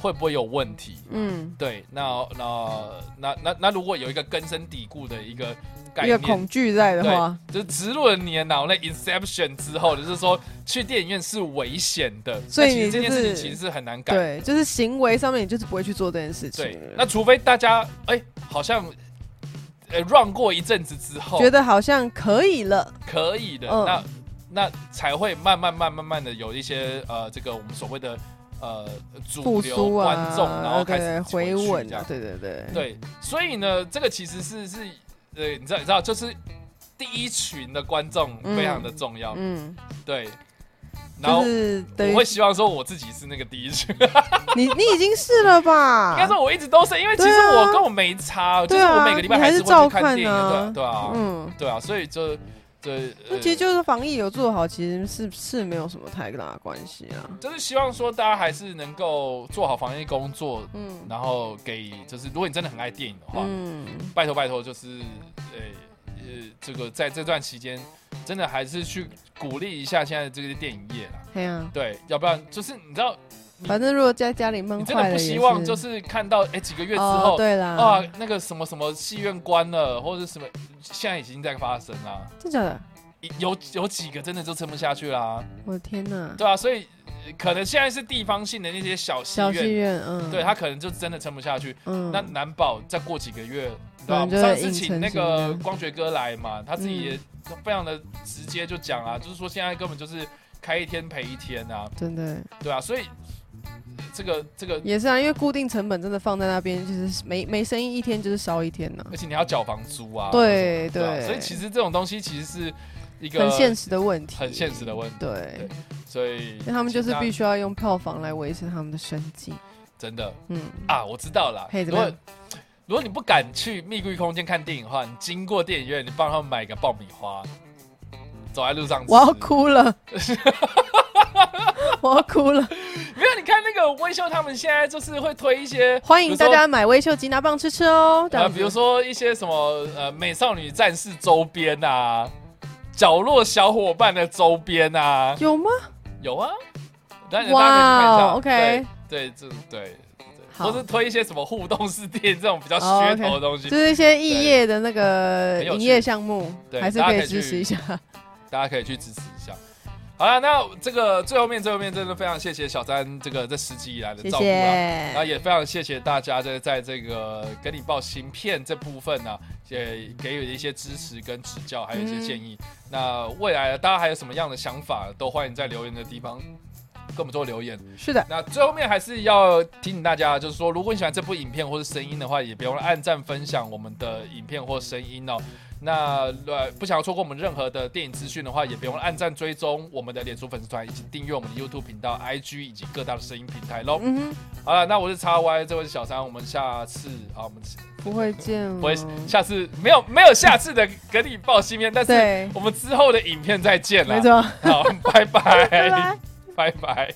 S1: 会不会有问题？
S2: 嗯，
S1: 对，那那那那那如果有一个根深蒂固的一个概
S2: 一个
S1: 念，
S2: 恐惧在的
S1: 对
S2: 话，
S1: 就是植入了你的脑内 inception 之后，就是说去电影院是危险的，
S2: 所以
S1: 那其实
S2: 你
S1: 这件
S2: 就是
S1: 事情其实是很难改。
S2: 对，就是行为上面你就是不会去做这件事情
S1: 对
S2: 了。，
S1: 那除非大家哎、好像呃 run 过一阵子之后
S2: 觉得好像可以了，
S1: 可以的，
S2: 嗯
S1: 那那才会慢慢慢慢慢的有一些呃这个我们所谓的呃主
S2: 复
S1: 流
S2: 苏
S1: 观
S2: 啊，
S1: 众，然后开
S2: 对
S1: 始
S2: 回
S1: 去
S2: 稳
S1: 这样
S2: 啊，。对对对，
S1: 对，所以呢，这个其实是是呃，你知道，你知道，就是第一群的观众非常的重要，
S2: 嗯，
S1: 对。然后
S2: 就是等于
S1: 我会希望说我自己是那个第一 群，应
S2: 你你已经是 了吧？
S1: 该说我一直都是，因为其实
S2: 对啊
S1: 我跟我没差，就
S2: 对
S1: 是
S2: 啊
S1: 我每个礼拜
S2: 你还
S1: 是
S2: 是
S1: 会去
S2: 照看
S1: 电影的，
S2: 啊
S1: 对对啊，
S2: 嗯，
S1: 对啊，所以就这
S2: 那其实就是防疫有做好，其实是是没有什么太大的关系啊。
S1: 就是希望说大家还是能够做好防疫工作，
S2: 嗯
S1: 然后给就是如果你真的很爱电影的话，
S2: 嗯，
S1: 拜托拜托，就是呃呃，这个在这段期间，真的还是去鼓励一下现在这个电影业啦。
S2: 对呀，
S1: 对，要不然就是你知道，
S2: 反正如果在家里
S1: 你
S2: 闷
S1: 真
S2: 坏
S1: 的
S2: 了，
S1: 不希望就是看到哎、几个月之
S2: 哦
S1: 后，，
S2: 对
S1: 啊
S2: 啦，，
S1: 那个什么什么戏院关了，或者什么，现在已经在发生啦。
S2: 真假的？
S1: 有有几个真的就撑不下去啦，
S2: 我的天哪！
S1: 对啊，所以呃可能现在是地方性的那些小戏
S2: 小戏
S1: 院，
S2: 院，嗯，
S1: 对他可能就真的撑不下去。
S2: 嗯，
S1: 那难保再过几个月，你知道吗？
S2: 可能就会
S1: 上次请
S2: 硬撑嗯
S1: 那
S2: 型
S1: 个
S2: 的
S1: 光觉哥来嘛，他自己也非常的直接就讲啊，就是说现在根本就是开一天赔一天啊，
S2: 真的
S1: 对啊，所以呃这个这个，
S2: 也是啊，因为固定成本真的放在那边，就是没没生意一天就是少一天呢。
S1: 而且你还要缴房租啊，
S2: 对
S1: 对啊，
S2: 对，
S1: 所以其实这种东西其实是一个
S2: 很现实的问题，
S1: 很现实的问题，
S2: 对，
S1: 所以
S2: 因为他们就是必
S1: 须
S2: 须要用票房来维持他们的生计。
S1: 真的
S2: 嗯，
S1: 啊，我知道了。
S2: 嘿
S1: 如
S2: 怎么
S1: 果
S2: 样
S1: 如果你不敢去密闭空间看电影的话，你经过电影院，你帮他们买个爆米花，走在路上吃。
S2: 我要 哭了，我要哭了！
S1: 没有，你看那个微秀，他们现在就是会推一 些，
S2: 欢迎大家买微秀吉拿棒吃吃哦。这
S1: 呃，
S2: 样子
S1: 比如说一些什么呃美少女战士周边啊，角落小伙伴的周边啊，
S2: 有吗？
S1: 有啊。大家
S2: 哇
S1: 大家可以去看一
S2: ，OK，
S1: 下。对，对，这对。对
S2: 好哦
S1: 或是推一些什么互动式电影这种比较噱头的东西
S2: 就是一些异业的那个
S1: 很有趣
S2: 营业项目，
S1: 对
S2: 还是
S1: 大
S2: 可
S1: 家可以
S2: 以支持一下。
S1: 大家可以去支持一下。好了，那这个最后面最后面真的非常谢谢小詹这个这十集以来的
S2: 谢
S1: 照顾啊，
S2: 谢
S1: 然。后也非常谢谢大家在在这个跟你报芯片这部分呢、也给予一些支持跟指教，还有一些建
S2: 嗯
S1: 议。那未来大家还有什么样的想法，都欢迎在留言的地方跟我们做留言。
S2: 是的，
S1: 那最后面还是要提醒大家，就是说，如果你喜欢这部影片或是声音的话，也别忘了按赞分享我们的影片或声音哦。那呃，不想要错过我们任何的电影资讯的话，也别忘了按赞追踪我们的脸书粉丝团，以及订阅我们的 YouTube 频道、IG 以及各大的声音平台喽。
S2: 嗯哼，
S1: 好了，那我是叉 Y，这位是小三，我们下次啊，我们
S2: 不会见哦。
S1: 不会 下次没有没有下次的跟你报新片，但是
S2: 对，
S1: 我们之后的影片再见了。
S2: 没，错，
S1: 好，拜
S2: 拜拜
S1: 拜，。拜拜。